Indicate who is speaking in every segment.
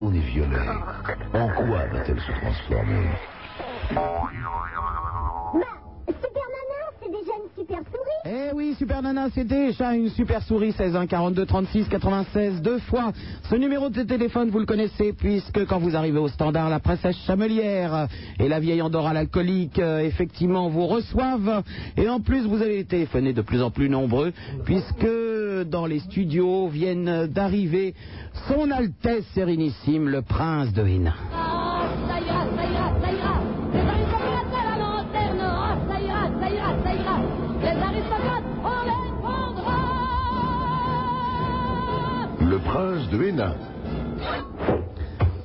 Speaker 1: On est violée. En quoi va-t-elle se transformer
Speaker 2: Bah, Super Nana, c'est déjà une super souris.
Speaker 3: Eh oui, Super Nana, c'est déjà une super souris 16 1 42 36 96 deux fois. Ce numéro de téléphone, vous le connaissez puisque quand vous arrivez au standard, la princesse chamelière et la vieille Andorra l'alcoolique euh, effectivement vous reçoivent et en plus vous allez téléphoner de plus en plus nombreux puisque dans les studios viennent d'arriver son Altesse Sérénissime le prince de Hénin.
Speaker 2: Ah, ça ira, ça ira, ça ira. Les aristocrates à la lanterne. Ah, ça ira, ça ira, ça ira. Les aristocrates, on les prendra.
Speaker 1: Le prince de Hénin.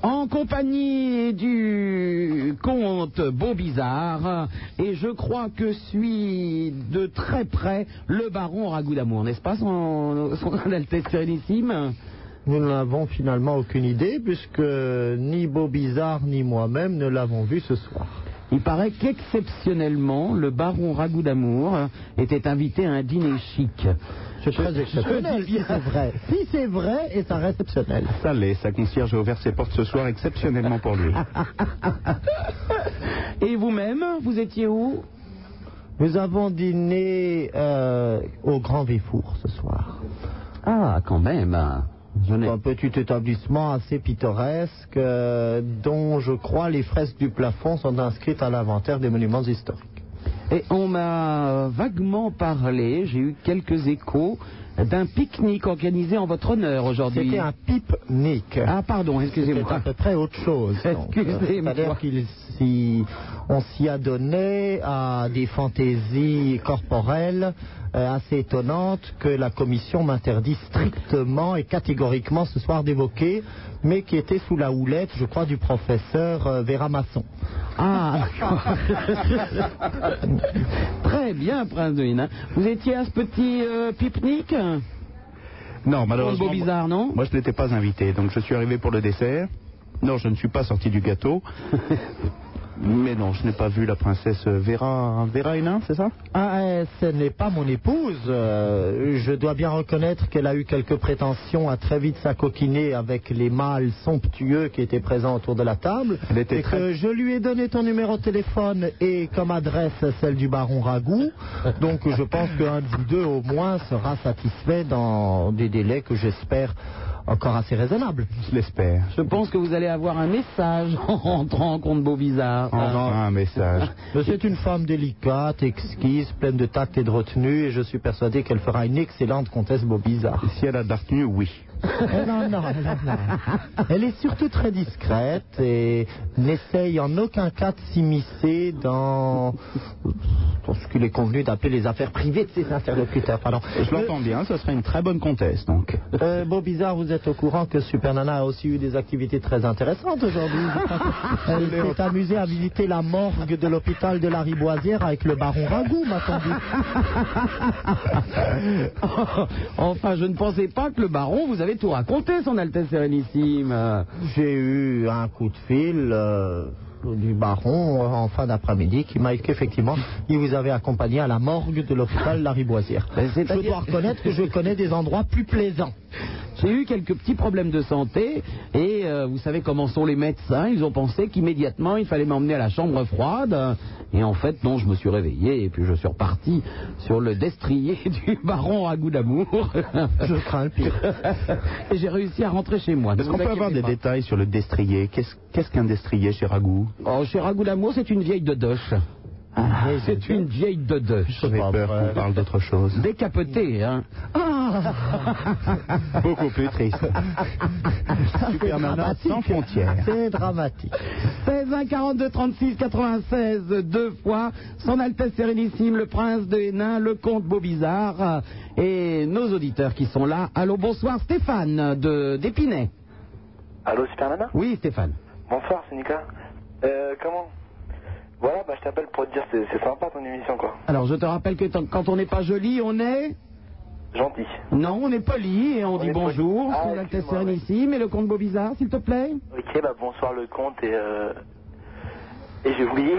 Speaker 3: En compagnie du comte Beaubizarre, et je crois que suis de très près le baron ragout d'amour, n'est-ce pas, son, son Altesse Sérénissime
Speaker 4: Nous n'avons finalement aucune idée puisque ni Beau Bizarre ni moi-même ne l'avons vu ce soir.
Speaker 3: Il paraît qu'exceptionnellement, le baron ragout d'amour était invité à un dîner chic.
Speaker 4: C'est très exceptionnel,
Speaker 3: dis
Speaker 4: si
Speaker 3: bien.
Speaker 4: c'est vrai. Si c'est vrai, et ça reste exceptionnel.
Speaker 5: Ça l'est, sa concierge a ouvert ses portes ce soir exceptionnellement pour lui.
Speaker 3: Ah, Et vous-même, vous étiez où
Speaker 4: Nous avons dîné euh, au Grand Vifour ce soir.
Speaker 3: Ah, quand même. Je n'ai-
Speaker 4: Un petit établissement assez pittoresque euh, dont je crois les fresques du plafond sont inscrites à l'inventaire des monuments historiques.
Speaker 3: Et on m'a euh, vaguement parlé, j'ai eu quelques échos, d'un pique-nique organisé en votre honneur aujourd'hui.
Speaker 4: C'était un pipe-nick.
Speaker 3: Ah, pardon,
Speaker 4: C'est à
Speaker 3: excusez-moi.
Speaker 4: peu près autre chose. donc.
Speaker 3: Excusez-moi.
Speaker 4: C'est-à-dire qu'il s'y- on s'y a donné à des fantaisies corporelles euh, assez étonnantes que la commission m'interdit strictement et catégoriquement ce soir d'évoquer, mais qui étaient sous la houlette, je crois, du professeur euh, Vera Masson.
Speaker 3: Ah, d'accord. Très bien, Prince de Hénin. Vous étiez à ce petit euh, pique-nique
Speaker 5: Non, malheureusement.
Speaker 3: Beau bizarre, non
Speaker 5: Moi, je n'étais pas invité, donc je suis arrivé pour le dessert. Non, je ne suis pas sorti du gâteau. Mais non, je n'ai pas vu la princesse Vera, Vera Hénin, c'est ça
Speaker 4: Ah, euh, ce n'est pas mon épouse. Euh, je dois bien reconnaître qu'elle a eu quelques prétentions à très vite s'acoquiner avec les mâles somptueux qui étaient présents autour de la table.
Speaker 5: Elle était
Speaker 4: et
Speaker 5: très-
Speaker 4: que je lui ai donné ton numéro de téléphone et comme adresse celle du baron Ragout. Donc je pense qu'un de vous deux au moins sera satisfait dans des délais que j'espère encore assez raisonnables.
Speaker 5: Je l'espère.
Speaker 3: Je pense que vous allez avoir un message en rentrant contre Beau Bizarre.
Speaker 5: Enfin, Ah, un message.
Speaker 4: Mais C'est une femme délicate, exquise, pleine de tact et de retenue et je suis persuadé qu'elle fera une excellente comtesse Bobizarre.
Speaker 5: Si elle a de la retenue, oui.
Speaker 4: Eh non, non, non, non. Elle est surtout très discrète et n'essaye en aucun cas de s'immiscer dans... dans ce qu'il est convenu d'appeler les affaires privées de ses interlocuteurs. Pardon.
Speaker 5: Je l'entends bien, ça serait une très bonne comtesse, donc.
Speaker 4: Euh, bon, bizarre, vous êtes au courant que Super Nana a aussi eu des activités très intéressantes aujourd'hui. Je crois que Elle s'est amusée à visiter la morgue de l'hôpital de la Riboisière avec le baron Ragout, m'a-t-on dit.
Speaker 3: enfin, je ne pensais pas que le baron vous avait tout raconté, son Altesse Sérénissime.
Speaker 4: J'ai eu un coup de fil euh, du baron euh, en fin d'après-midi qui m'a dit qu'effectivement, il vous avait accompagné à la morgue de l'hôpital Lariboisière.
Speaker 3: Ben,
Speaker 4: Je
Speaker 3: c'est-à-dire-
Speaker 4: dois reconnaître que je connais des endroits plus plaisants.
Speaker 3: J'ai eu quelques petits problèmes de santé et euh, vous savez comment sont les médecins. Ils ont pensé qu'immédiatement il fallait m'emmener à la chambre froide. Et en fait, non, je me suis réveillé et puis je suis reparti sur le destrier du baron à goût d'amour.
Speaker 4: Je crains le pire.
Speaker 3: et j'ai réussi à rentrer chez moi. Ne
Speaker 5: Est-ce qu'on
Speaker 3: vous
Speaker 5: peut avoir
Speaker 3: inquiétez
Speaker 5: des
Speaker 3: pas.
Speaker 5: détails sur le destrier Qu'est-ce qu'est-ce qu'un destrier chez Ragout
Speaker 3: Oh, chez Ragout d'amour, c'est une vieille dodoche. c'est une vieille dodoche.
Speaker 5: J'avais
Speaker 4: pas
Speaker 5: peur
Speaker 4: vrai.
Speaker 5: qu'on parle d'autre chose.
Speaker 3: Décapotée, hein.
Speaker 5: Ah. Beaucoup plus triste. Super Nana sans frontières.
Speaker 4: C'est dramatique.
Speaker 3: 16 1 42 36 96 deux fois son Altesse Sérénissime le Prince de Hénin le Comte Beaubizarre euh, et nos auditeurs qui sont là allô bonsoir Stéphane de d'Épinay
Speaker 6: Allô Superman
Speaker 3: oui Stéphane
Speaker 6: Bonsoir c'est Nicolas. Euh comment Voilà bah je t'appelle pour te dire c'est c'est sympa ton émission quoi.
Speaker 3: alors je te rappelle que tant- quand on n'est pas joli on est
Speaker 6: Gentil.
Speaker 3: non on est poli et on, dit
Speaker 6: est poli.
Speaker 3: bonjour
Speaker 6: Ah,
Speaker 3: son Altesse
Speaker 6: excuse-moi, ouais.
Speaker 3: Sérénissime et le Comte Beaubizarre s'il te plaît
Speaker 6: Ok bah bonsoir le comte et euh,
Speaker 7: Et j'ai oublié.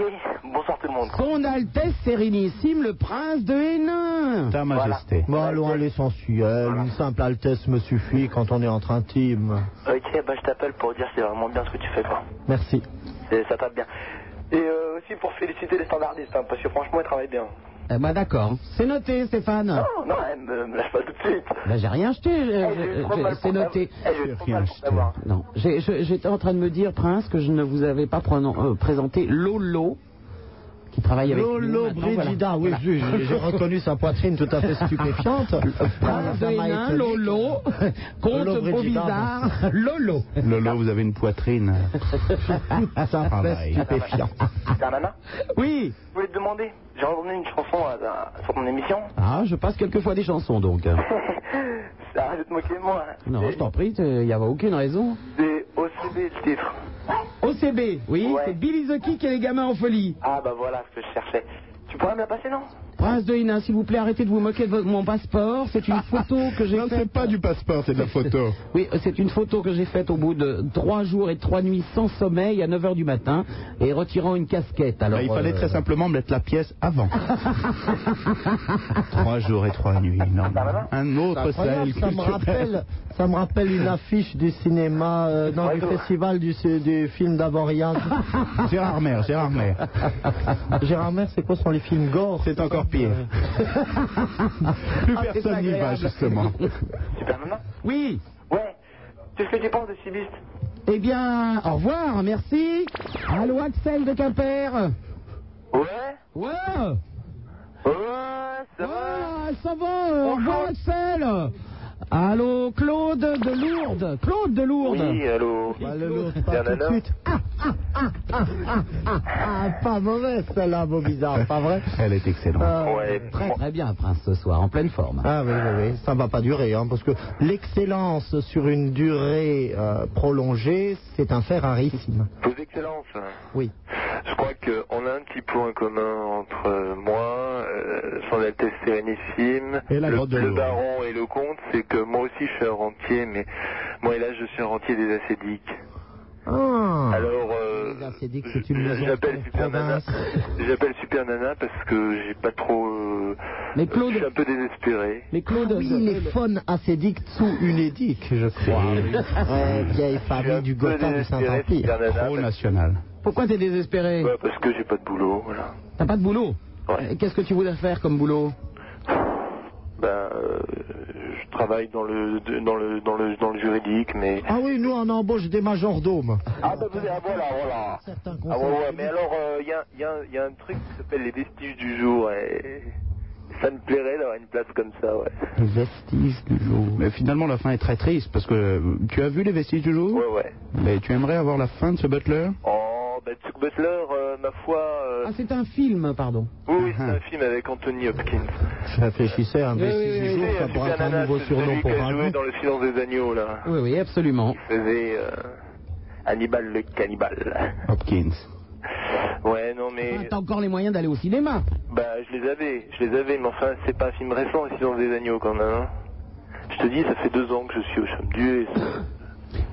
Speaker 7: Bonsoir tout le monde.
Speaker 3: Son Altesse Sérénissime, le prince de Hénin.
Speaker 5: Ta Majesté.
Speaker 4: Bon, allons à l'essentiel. Une simple altesse me suffit quand on est entre intimes.
Speaker 7: Ok, bah je t'appelle pour dire que c'est vraiment bien ce que tu fais quoi.
Speaker 4: Merci.
Speaker 7: C'est- Ça tape bien. Et euh, aussi pour féliciter les standardistes, hein, parce que franchement ils travaillent bien. Oh,
Speaker 3: Eh ben d'accord. C'est noté, Stéphane.
Speaker 7: Non, non, elle me, me lâche pas tout de suite.
Speaker 3: Ben, j'ai rien jeté.
Speaker 7: Eh,
Speaker 3: euh,
Speaker 7: Ah. j'ai eu
Speaker 3: euh,
Speaker 7: trop
Speaker 3: j'ai-
Speaker 7: mal pour
Speaker 3: C'est noté.
Speaker 7: t'avoir. Eh, j'ai eu trop mal pour
Speaker 5: Rien
Speaker 7: t'avoir.
Speaker 3: Non, J'ai- je- j'étais en train de me dire, Prince, que je ne vous avais pas pronon- euh, présenté Lolo, qui travaille avec nous
Speaker 4: Lolo
Speaker 3: maintenant, voilà.
Speaker 4: Brigida, oui, j'ai- j'ai reconnu sa poitrine tout à fait stupéfiante. Ah,
Speaker 3: Prince de Hénin, Lolo,
Speaker 4: Lolo
Speaker 3: comte
Speaker 4: Brigida.
Speaker 3: Beauvisard, Lolo.
Speaker 5: Lolo, vous avez une poitrine.
Speaker 4: Ça
Speaker 5: Ah, bah,
Speaker 4: fait stupéfiant.
Speaker 7: T'es un nana
Speaker 3: Oui.
Speaker 7: Je voulais te demander, j'ai entendu une chanson à- à- sur ton émission.
Speaker 3: Ah, je passe quelquefois des chansons, donc.
Speaker 7: Arrête de te moquer de moi. hein.
Speaker 3: Non, je t'en prie, il n'y avait aucune raison.
Speaker 7: C'est OCB le titre.
Speaker 3: OCB, oui,
Speaker 7: Ouais.
Speaker 3: c'est Billy the Kick et les gamins en folie.
Speaker 7: Ah bah voilà ce que je cherchais. Tu pourrais me la passer, non
Speaker 3: Prince de Hénin, s'il vous plaît, arrêtez de vous moquer de vo- mon passeport. C'est une photo que j'ai
Speaker 5: Non,
Speaker 3: faite.
Speaker 5: c'est pas du passeport, c'est de la photo.
Speaker 3: Oui, euh, c'est une photo que j'ai faite au bout de trois jours et trois nuits sans sommeil à 9h du matin et retirant une casquette. Alors,
Speaker 5: Bah, il fallait
Speaker 3: euh,
Speaker 5: très simplement mettre la pièce avant. trois jours et trois nuits. Non. Un autre
Speaker 4: Incroyable,
Speaker 5: sel
Speaker 4: ça me
Speaker 5: culturel.
Speaker 4: rappelle, ça me rappelle une affiche du cinéma, euh, non, du festival du, du film d'Avoriaz.
Speaker 5: Gérard Mer, Gérard Mer.
Speaker 4: Gérard Mer, c'est quoi ce sont les films gore
Speaker 5: C'est encore pire. Plus
Speaker 3: Ah, c'est
Speaker 5: personne n'y va,
Speaker 3: agréable.
Speaker 5: justement.
Speaker 7: Super nana
Speaker 3: Oui.
Speaker 7: Ouais. Tu sais ce que tu penses de Cibiste
Speaker 3: Eh bien, au revoir, merci. Allô, Axel de Quimper.
Speaker 7: Ouais.
Speaker 3: Ouais.
Speaker 7: Ouais, ça va
Speaker 3: Ouais, ça va. euh, Au revoir, Axel. Allô, Claude de Lourdes. Claude de Lourdes.
Speaker 7: Oui, allô.
Speaker 4: Bah, le lourd,
Speaker 7: Bien
Speaker 4: pas tout de
Speaker 7: alors
Speaker 4: suite. Ah, ah, ah, ah, ah, ah, ah, pas mauvais celle-là, beau bizarre, pas vrai
Speaker 5: Elle est excellente.
Speaker 4: Euh,
Speaker 7: Ouais.
Speaker 3: Très très bien, Prince, ce soir, en pleine forme.
Speaker 4: Ah oui, oui, oui, ça va pas durer, hein, parce que l'excellence sur une durée euh, prolongée, c'est un fer rarissime.
Speaker 7: Vos excellences.
Speaker 4: Oui.
Speaker 7: Je crois qu'on a un petit point commun entre euh, moi, euh, son Altesse Sérénissime,
Speaker 5: Et la
Speaker 7: le,
Speaker 5: grotte de
Speaker 7: le
Speaker 5: Lourdes.
Speaker 7: baron et le comte, c'est que moi aussi je suis un rentier, mais moi hélas je suis un rentier des acédiques.
Speaker 4: Ah.
Speaker 7: Alors, euh,
Speaker 4: Les acédiques, c'est une maison
Speaker 7: j'appelle
Speaker 4: de
Speaker 7: Super Nana,
Speaker 4: province.
Speaker 7: j'appelle Super Nana parce que j'ai pas trop, euh,
Speaker 3: Mais Claude-
Speaker 7: je suis un peu désespéré.
Speaker 3: Mais Claude,
Speaker 4: Ah Oui, les
Speaker 3: euh,
Speaker 4: phones acédiques sous unédique, je crois.
Speaker 5: hein.
Speaker 4: Ouais, vieille
Speaker 7: Je suis un
Speaker 4: famille du
Speaker 7: peu
Speaker 4: Gotham du
Speaker 7: désespéré,
Speaker 4: Saint-Empire.
Speaker 7: Super Nana,
Speaker 5: Pro
Speaker 7: parce,
Speaker 5: national.
Speaker 3: pourquoi t'es désespéré
Speaker 7: bah, parce que j'ai pas de boulot, voilà.
Speaker 3: T'as pas de boulot
Speaker 7: Ouais.
Speaker 3: Euh, Qu'est-ce que tu voulais faire comme boulot
Speaker 7: Ben, euh, je travaille dans le dans le dans le dans le juridique, mais
Speaker 4: Ah oui, nous on embauche des majordomes.
Speaker 7: ah ben vous ah, voilà voilà. Ah
Speaker 4: Certains conseils
Speaker 7: ouais, ouais,
Speaker 4: juridiques.
Speaker 7: mais alors il y, a, y, a, y a un truc qui s'appelle les vestiges du jour et ça me plairait d'avoir une place comme ça ouais.
Speaker 4: Les vestiges du jour.
Speaker 5: Mais finalement, la fin est très triste parce que euh, tu as vu les vestiges du jour
Speaker 7: Ouais ouais.
Speaker 5: Mais tu aimerais avoir la fin de ce butler
Speaker 7: Oh ben Chuck Butler, euh, ma foi. euh,
Speaker 3: Ah, c'est un film, pardon.
Speaker 4: Ah.
Speaker 7: oui oui c'est un film avec Anthony Hopkins.
Speaker 4: Je réfléchissais à un vestige
Speaker 7: Tu
Speaker 4: du jour,
Speaker 7: sais,
Speaker 4: ça pourrait
Speaker 7: Super
Speaker 4: être un
Speaker 7: Nana,
Speaker 4: nouveau
Speaker 7: c'est
Speaker 4: surnom
Speaker 7: celui qui
Speaker 4: pour
Speaker 7: a joué
Speaker 4: un
Speaker 7: dans le Silence des agneaux là.
Speaker 3: Oui, oui, absolument.
Speaker 7: Il faisait euh, Hannibal le cannibale.
Speaker 5: Hopkins.
Speaker 7: Ouais non mais.
Speaker 3: Ah, T'as encore les moyens d'aller au cinéma.
Speaker 7: Bah, je les avais, je les avais, mais enfin, c'est pas un film récent, c'est dans des agneaux quand même. hein. Je te dis, ça fait deux ans que je suis au chum Dieu et ça,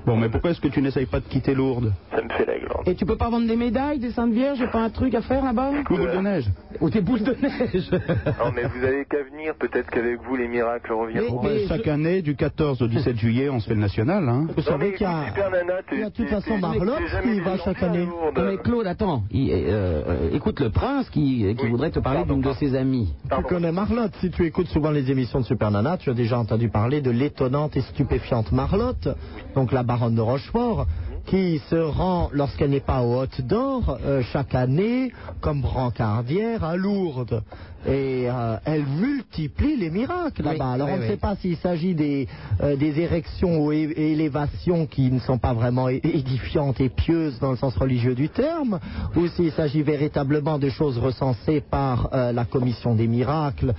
Speaker 5: Bon, mais pourquoi est-ce que tu n'essayes pas de quitter Lourdes
Speaker 7: ça me fait la glande.
Speaker 3: Et tu peux pas vendre des médailles, des saintes vierges, et pas un truc à faire là-bas
Speaker 5: Ou boule de neige
Speaker 3: Ou des boules de neige
Speaker 7: Non, mais vous avez qu'à venir, peut-être qu'avec vous, les miracles reviendront.
Speaker 5: Bon, ben,
Speaker 3: Mais
Speaker 5: Chaque année, du 14 au 17 juillet, on se fait le national. Hein.
Speaker 4: Vous
Speaker 7: Non, mais
Speaker 4: savez qu'il y
Speaker 7: écoute,
Speaker 4: a...
Speaker 7: Super Nana, t'es-
Speaker 4: il y a de toute
Speaker 7: t'es-
Speaker 4: façon
Speaker 7: t'es-
Speaker 4: Marlotte
Speaker 7: t'es jamais
Speaker 4: qui y va
Speaker 7: descendu
Speaker 4: chaque
Speaker 7: à
Speaker 4: année.
Speaker 7: Lourdes.
Speaker 3: Non, mais Claude, attends, il- euh, euh, écoute le prince qui, qui
Speaker 7: Oui.
Speaker 3: voudrait te parler
Speaker 7: Pardon,
Speaker 3: d'une de
Speaker 7: pardon.
Speaker 3: ses amies.
Speaker 4: Tu
Speaker 7: Pardon.
Speaker 4: connais Marlotte, si tu écoutes souvent les émissions de Super Nana, tu as déjà entendu parler de l'étonnante et stupéfiante Marlotte, donc la baronne de Rochefort, qui se rend, lorsqu'elle n'est pas aux Hautes d'Or, euh, chaque année, comme brancardière à Lourdes. Et euh, elle multiplie les miracles
Speaker 3: Oui,
Speaker 4: là-bas. Alors
Speaker 3: oui,
Speaker 4: on ne
Speaker 3: oui.
Speaker 4: sait pas s'il s'agit des, euh, des érections ou é- élévations qui ne sont pas vraiment é- édifiantes et pieuses dans le sens religieux du terme, ou s'il s'agit véritablement de choses recensées par euh, la commission des miracles,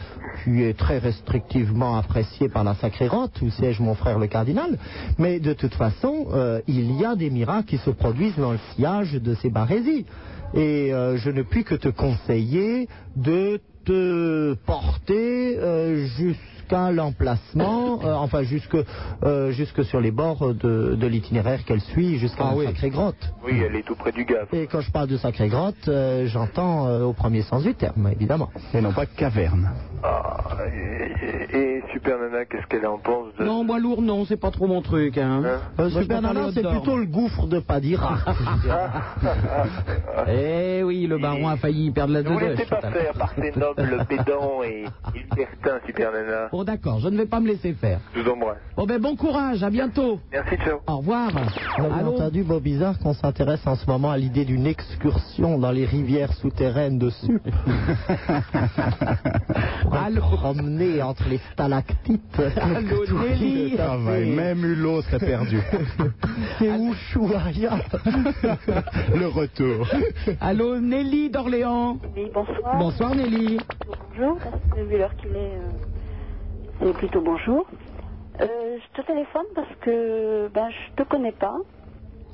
Speaker 4: qui est très restrictivement appréciée par la sacrée rote, où siège mon frère le cardinal. Mais de toute façon, euh, il y a des miracles qui se produisent dans le sillage de ces barésies. Et euh, je ne puis que te conseiller de te porter euh, jusqu'à jusqu'à l'emplacement, euh, enfin jusque, euh, jusque sur les bords de, de l'itinéraire qu'elle suit, jusqu'à
Speaker 3: Ah
Speaker 4: la
Speaker 3: oui.
Speaker 4: Sacrée Grotte.
Speaker 6: Oui, elle est tout près du gap.
Speaker 4: Et quand je parle de Sacrée Grotte, euh, j'entends euh, au premier sens du terme, évidemment. Euh,
Speaker 5: Et non pas caverne.
Speaker 6: Ah, et, et- et Super Nana, qu'est-ce qu'elle en pense
Speaker 7: Euh.
Speaker 6: de...
Speaker 3: Non, moi lourd, non, c'est pas trop mon truc. Hein.
Speaker 6: Hein
Speaker 4: Euh,
Speaker 3: Moi, je préfère
Speaker 4: Super
Speaker 3: les
Speaker 4: Nana,
Speaker 3: hot
Speaker 4: c'est
Speaker 3: dogs.
Speaker 4: plutôt le gouffre de Padira. je dirais.
Speaker 3: Eh oui, le baron a failli perdre la
Speaker 6: Ne vous
Speaker 3: deuxième.
Speaker 6: laissez pas faire par ces nobles pédants et libertins, Super Nana.
Speaker 3: Bon, d'accord, je ne vais pas me laisser faire.
Speaker 6: Je vous embrasse.
Speaker 3: Bon, ben bon courage, à bientôt.
Speaker 6: Merci, ciao.
Speaker 3: Au revoir.
Speaker 4: Vous avez
Speaker 3: Allô
Speaker 4: entendu, Bob Bizarre, qu'on s'intéresse en ce moment à l'idée d'une excursion dans les rivières souterraines de Sup. Pour aller promener entre les stalactites.
Speaker 3: Allô, Nelly
Speaker 5: Ah ouais, même Hulot serait perdu.
Speaker 4: C'est Ushuaïa.
Speaker 5: Le retour.
Speaker 3: Allô, Nelly d'Orléans.
Speaker 8: Oui, bonsoir.
Speaker 3: Bonsoir, Nelly.
Speaker 8: Bonjour, parce que vu l'heure qu'il est, euh, c'est plutôt bonjour. Euh, je te téléphone parce que ben, je te connais pas,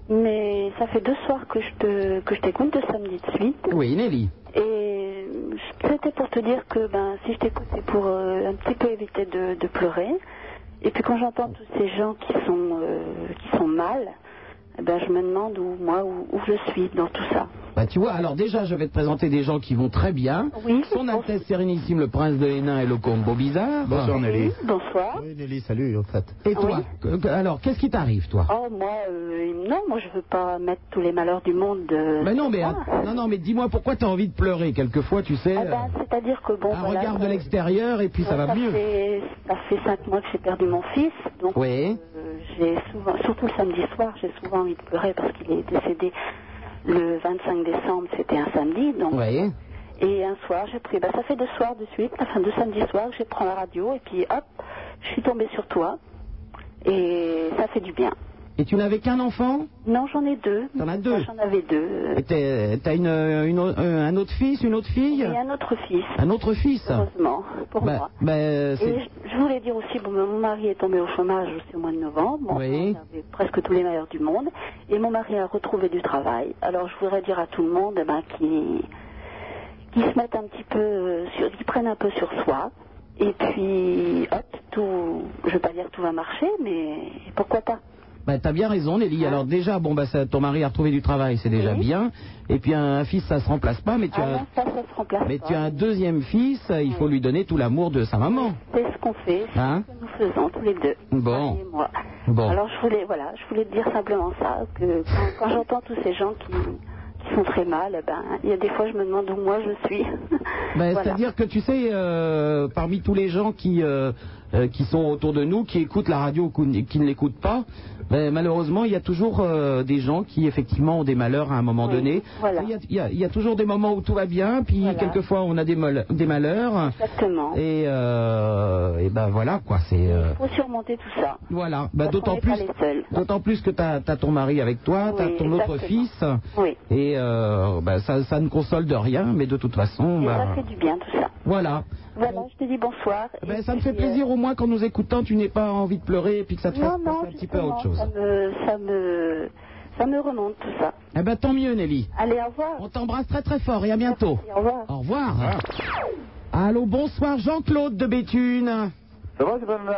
Speaker 8: mais ça fait deux soirs que je te que je t'écoute, deux samedis de suite.
Speaker 3: Oui, Nelly.
Speaker 8: Et je- c'était pour te dire que ben, si je t'écoute, c'est pour euh, un petit peu éviter de, de pleurer. Et puis quand j'entends tous ces gens qui sont, euh, qui sont mal, eh ben, je me demande où, moi, où, où je suis dans tout ça.
Speaker 3: Bah, tu vois, alors déjà, je vais te présenter des gens qui vont très bien.
Speaker 8: Oui.
Speaker 3: Son Altesse Sérénissime, le prince de Hénin et le combo bizarre.
Speaker 5: Bonsoir Nelly.
Speaker 8: Bonsoir.
Speaker 5: Ah.
Speaker 4: Oui, Nelly, salut, en fait.
Speaker 3: Et toi Que- Alors, qu'est-ce qui t'arrive, toi
Speaker 8: Oh, moi, euh, non, moi, je veux pas mettre tous les malheurs du monde. euh,
Speaker 3: Mais non, mais,
Speaker 8: Ah.
Speaker 3: att- non, non, mais dis-moi pourquoi t'as envie de pleurer quelquefois, tu sais.
Speaker 8: Ah
Speaker 3: euh,
Speaker 8: ben, c'est-à-dire que bon.
Speaker 3: un
Speaker 8: voilà,
Speaker 3: regard de
Speaker 8: ça-
Speaker 3: l'extérieur et puis ça va mieux.
Speaker 8: Fait, ça fait cinq mois que j'ai perdu mon fils, donc
Speaker 3: Oui.
Speaker 8: euh, j'ai souvent, surtout le samedi soir, j'ai souvent envie de pleurer parce qu'il est décédé le 25 décembre, c'était un samedi, donc.
Speaker 3: Oui.
Speaker 8: Et un soir, j'ai pris, bah, ça fait deux soirs de suite, enfin deux samedis soirs, je prends la radio et puis hop, je suis tombée sur toi et ça fait du bien.
Speaker 3: Et tu n'avais qu'un enfant
Speaker 8: Non, j'en ai deux.
Speaker 3: T'en as deux
Speaker 8: Moi, J'en avais deux.
Speaker 3: Et t'es- T'as une, une au- euh, un autre fils, une autre fille
Speaker 8: Et un autre fils,
Speaker 3: Un autre fils
Speaker 8: heureusement, pour
Speaker 3: Bah,
Speaker 8: moi.
Speaker 3: bah, euh, c'est-
Speaker 8: Et je- je voulais dire aussi, bon, ben, mon mari est tombé au chômage aussi au mois de novembre. Bon,
Speaker 3: Oui.
Speaker 8: On avait presque tous les malheurs du monde. Et mon mari a retrouvé du travail. Alors je voudrais dire à tout le monde eh ben, qui qui se mettent un petit peu, euh, sur, qui prennent un peu sur soi. Et puis, hop, tout, je ne veux pas dire tout va marcher, mais pourquoi pas
Speaker 3: bah, t'as bien raison, Nelly. Alors déjà, bon, bah, ça- ton mari a retrouvé du travail, c'est déjà
Speaker 8: Ah. Oui.
Speaker 3: bien. Et puis un, un fils, ça se remplace pas, mais tu
Speaker 8: Ah
Speaker 3: as...
Speaker 8: non, ça, ça se remplace
Speaker 3: Mais
Speaker 8: pas.
Speaker 3: tu as un deuxième fils, il faut lui donner tout l'amour de sa maman.
Speaker 8: C'est ce qu'on fait, c'est
Speaker 3: Hein
Speaker 8: ce que nous faisons tous les deux.
Speaker 3: Bon.
Speaker 8: Marie et moi.
Speaker 3: Bon.
Speaker 8: Alors je voulais, voilà, je voulais te dire simplement ça, que quand, quand j'entends tous ces gens qui, qui sont très mal, eh ben, il y a des fois je me demande où moi je suis.
Speaker 3: Ben,
Speaker 8: Voilà.
Speaker 3: C'est-à-dire que tu sais, euh, parmi tous les gens qui, euh, euh, qui sont autour de nous, qui écoutent la radio ou qui qui ne l'écoutent pas, ben, malheureusement, il y a toujours euh, des gens qui, effectivement, ont des malheurs à un moment
Speaker 8: Oui,
Speaker 3: donné.
Speaker 8: voilà.
Speaker 3: Il, y a, il y a- il y a toujours des moments où tout va bien, puis
Speaker 8: Voilà.
Speaker 3: quelquefois, on a des, mol- des malheurs.
Speaker 8: Exactement. Il
Speaker 3: Et, euh, et ben voilà, quoi, c'est... euh,
Speaker 8: faut surmonter tout ça.
Speaker 3: Voilà, Ben,
Speaker 8: Parce
Speaker 3: d'autant
Speaker 8: qu'on n'est
Speaker 3: plus,
Speaker 8: pas les seuls.
Speaker 3: d'autant plus que tu as, ton mari avec toi, tu as
Speaker 8: Oui,
Speaker 3: ton autre
Speaker 8: exactement.
Speaker 3: fils,
Speaker 8: Oui.
Speaker 3: et euh, ben, ça, ça ne console de rien, mais de toute façon,
Speaker 8: Et
Speaker 3: ben,
Speaker 8: ça fait du bien tout ça.
Speaker 3: voilà.
Speaker 8: Voilà, je te dis bonsoir.
Speaker 3: Ben,
Speaker 8: Et
Speaker 3: ça me fait
Speaker 8: puis, euh,
Speaker 3: plaisir au moins qu'en nous écoutant, tu n'aies pas envie de pleurer et puis que ça te fasse
Speaker 8: Non, non,
Speaker 3: penser un petit peu à
Speaker 8: justement,
Speaker 3: autre chose.
Speaker 8: Ça me, ça me, ça me remonte tout ça.
Speaker 3: Eh ben tant mieux Nelly.
Speaker 8: Allez, au revoir.
Speaker 3: On t'embrasse très très fort et à bientôt.
Speaker 8: Merci, au revoir.
Speaker 3: Au revoir. Allô, bonsoir Jean-Claude de Béthune.
Speaker 6: Ça va, Super Nana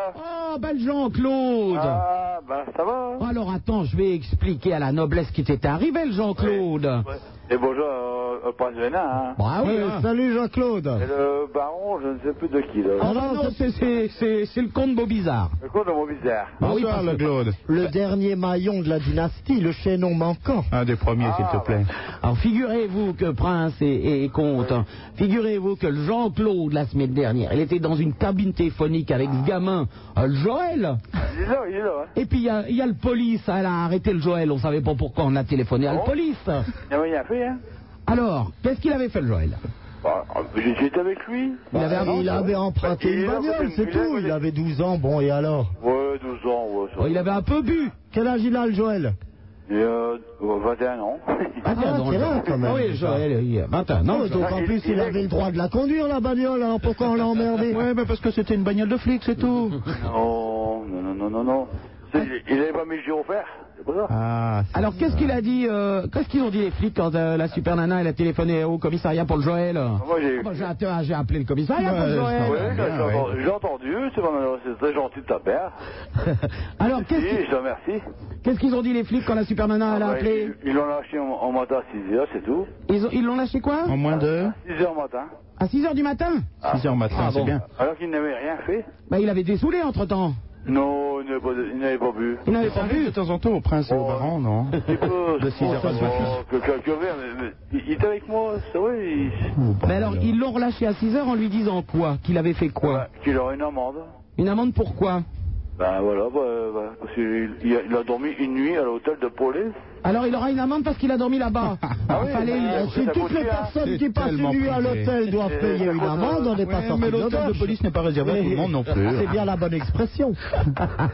Speaker 3: Oh, bel Jean-Claude. Oh,
Speaker 6: Ah, bah ça va. hein.
Speaker 3: Alors attends, je vais expliquer à la noblesse qui t'était arrivée, le Jean-Claude.
Speaker 6: Ouais. Et bonjour euh, au prince de Hénin, hein.
Speaker 3: Bah oui,
Speaker 4: Oui,
Speaker 3: hein.
Speaker 4: salut Jean-Claude.
Speaker 6: Et le baron, je ne sais plus de qui,
Speaker 3: Ah
Speaker 6: là.
Speaker 3: bah non, c'est- c'est c'est- c'est le comte Bobizarre.
Speaker 6: Le coup de mon bizarre.
Speaker 3: Ah oui,
Speaker 5: Bonsoir
Speaker 3: parce
Speaker 5: le
Speaker 3: que-
Speaker 5: Claude.
Speaker 4: Le dernier maillon de la dynastie, le chaînon manquant.
Speaker 5: Un des premiers s'il te plaît.
Speaker 3: Alors figurez-vous que Prince et, et Comte, hein, figurez-vous que le Jean-Claude la semaine dernière, il était dans une cabine téléphonique avec ce gamin, euh, le Joël.
Speaker 6: Il est là, il est là. hein.
Speaker 3: Et puis il y a- il y, a le police, elle a arrêté le Joël, on savait pas pourquoi on a téléphoné à le
Speaker 6: Oh.
Speaker 3: police.
Speaker 6: Il n'y a rien fait, hein.
Speaker 3: Alors, qu'est-ce qu'il avait fait le Joël
Speaker 6: Bah, je suis avec lui. Bah,
Speaker 4: Il avait, il avait emprunté
Speaker 6: Il
Speaker 4: une
Speaker 6: est là,
Speaker 4: bagnole,
Speaker 6: c'est
Speaker 4: c'est
Speaker 6: une
Speaker 4: tout.
Speaker 6: blague.
Speaker 4: Il avait 12 ans, bon, et alors
Speaker 6: Ouais, 12 ans, ouais. Ça...
Speaker 3: Oh, Il avait un peu bu.
Speaker 4: Quel âge il a, le Joël
Speaker 6: Et, euh, ouais, 21 ans.
Speaker 4: Ah,
Speaker 3: tiens, donc,
Speaker 4: c'est vrai, quand même.
Speaker 3: Ah oui, le Joël, il y a 20 ans. Non, le
Speaker 4: Non, donc
Speaker 3: Joël.
Speaker 4: en plus,
Speaker 6: il
Speaker 4: il
Speaker 6: est-
Speaker 4: avait le droit de la conduire, la bagnole, alors pourquoi on l'a emmerdé
Speaker 5: Ouais, mais parce que c'était une bagnole de flic, c'est tout.
Speaker 6: non, non, non, non, non, non.
Speaker 7: Il il avait pas mis le gyrophare C'est pour ça.
Speaker 5: Ah, c'est
Speaker 3: Alors, qu'est-ce qu'il a dit euh, Qu'est-ce qu'ils ont dit les flics quand euh, la super nana elle a téléphoné au commissariat pour le Joël
Speaker 4: Oh,
Speaker 7: Moi, j'ai-
Speaker 3: Ah bah, j'ai atte- j'ai appelé le commissariat pour le
Speaker 5: Ouais,
Speaker 3: Joël.
Speaker 7: Oui, j'ai
Speaker 5: bien, ouais.
Speaker 7: entendu, j'ai entendu, c'est vraiment- c'est très gentil de ta part.
Speaker 3: Alors,
Speaker 7: Si,
Speaker 3: qu'est-ce qui-
Speaker 7: je te remercie.
Speaker 3: qu'est-ce qu'ils ont dit les flics quand la super nana elle a
Speaker 7: Ouais,
Speaker 3: appelé
Speaker 7: ils- Ils l'ont lâché en, en matin à 6 heures, c'est tout.
Speaker 3: Ils ont- ils l'ont lâché quoi
Speaker 5: en moins de
Speaker 7: 6 heures matin.
Speaker 3: À 6 heures du matin
Speaker 5: 6 heures matin, c'est bien.
Speaker 7: Alors qu'ils n'avaient rien fait.
Speaker 3: Bah, il avait désoulé entre temps.
Speaker 7: Non, ils n'avaient pas, ils n'avaient pas bu.
Speaker 3: Il n'avait
Speaker 5: Ça
Speaker 3: pas
Speaker 5: arrive
Speaker 3: vu.
Speaker 5: de temps en temps aux princes et aux barons, non
Speaker 7: Un petit peu,
Speaker 5: De six
Speaker 7: bon,
Speaker 5: heures à
Speaker 7: bon,
Speaker 5: soir.
Speaker 7: que quelques verres, mais- mais il il était avec moi, c'est vrai. Il...
Speaker 3: Mais alors, ils l'ont relâché à 6 heures en lui disant quoi Qu'il avait fait quoi
Speaker 7: Ouais, Qu'il aurait une amende.
Speaker 3: Une amende pour quoi
Speaker 7: Ben voilà, bah, bah, parce qu'il il a, il a dormi une nuit à l'hôtel de police.
Speaker 3: Alors, il aura une amende parce qu'il a dormi là-bas.
Speaker 7: Ah
Speaker 3: Il
Speaker 7: oui,
Speaker 3: fallait
Speaker 7: bah,
Speaker 3: lui-
Speaker 7: c'est
Speaker 4: Si
Speaker 7: la
Speaker 4: toutes les
Speaker 7: beauté, hein.
Speaker 4: personnes
Speaker 5: C'est
Speaker 4: qui passent une
Speaker 5: tellement
Speaker 4: nuit à
Speaker 5: privé.
Speaker 4: l'hôtel doivent
Speaker 7: Euh,
Speaker 4: payer une
Speaker 7: ça coûte,
Speaker 4: amende, on n'est pas
Speaker 5: Ouais,
Speaker 4: sorti
Speaker 5: mais
Speaker 4: de
Speaker 5: l'hôtel
Speaker 4: l'auberge.
Speaker 5: de police n'est pas réservé à tout le monde non plus.
Speaker 4: C'est bien la bonne expression.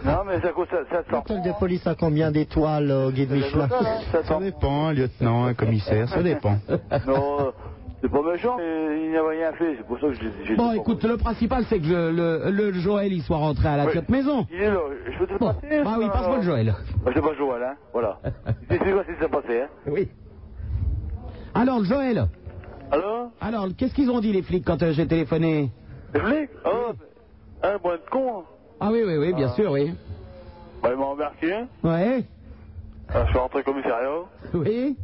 Speaker 7: Non, mais ça coûte 700
Speaker 4: L'hôtel de police a combien d'étoiles euh, au guide Michelin
Speaker 7: hein.
Speaker 5: Ça dépend, un lieutenant, un commissaire, ça dépend.
Speaker 7: Non, euh, c'est pas méchant, mais il n'avait rien fait, c'est pour ça que je l'ai- j'ai
Speaker 3: Bon,
Speaker 7: dit-
Speaker 3: écoute, le principal, c'est que le, le- le Joël, il soit rentré à la
Speaker 7: Oui.
Speaker 3: clope maison.
Speaker 7: Il est là, je peux te le
Speaker 3: Bon,
Speaker 7: passer
Speaker 3: bah oui,
Speaker 7: ça
Speaker 3: passe-moi le Joël.
Speaker 7: Bah, je te passe Joël, hein, voilà. C'est sûr que c'est passé, hein.
Speaker 3: Oui. Alors, Joël,
Speaker 7: Alors
Speaker 3: alors, qu'est-ce qu'ils ont dit, les flics, quand euh, j'ai téléphoné
Speaker 7: Les flics Oh, un point de con, hein.
Speaker 3: Ah oui, oui, oui, bien sûr, oui.
Speaker 7: Bah, ils m'ont embarqué, hein.
Speaker 3: Ouais,
Speaker 7: Alors, je suis rentré au commissariat,
Speaker 3: oui,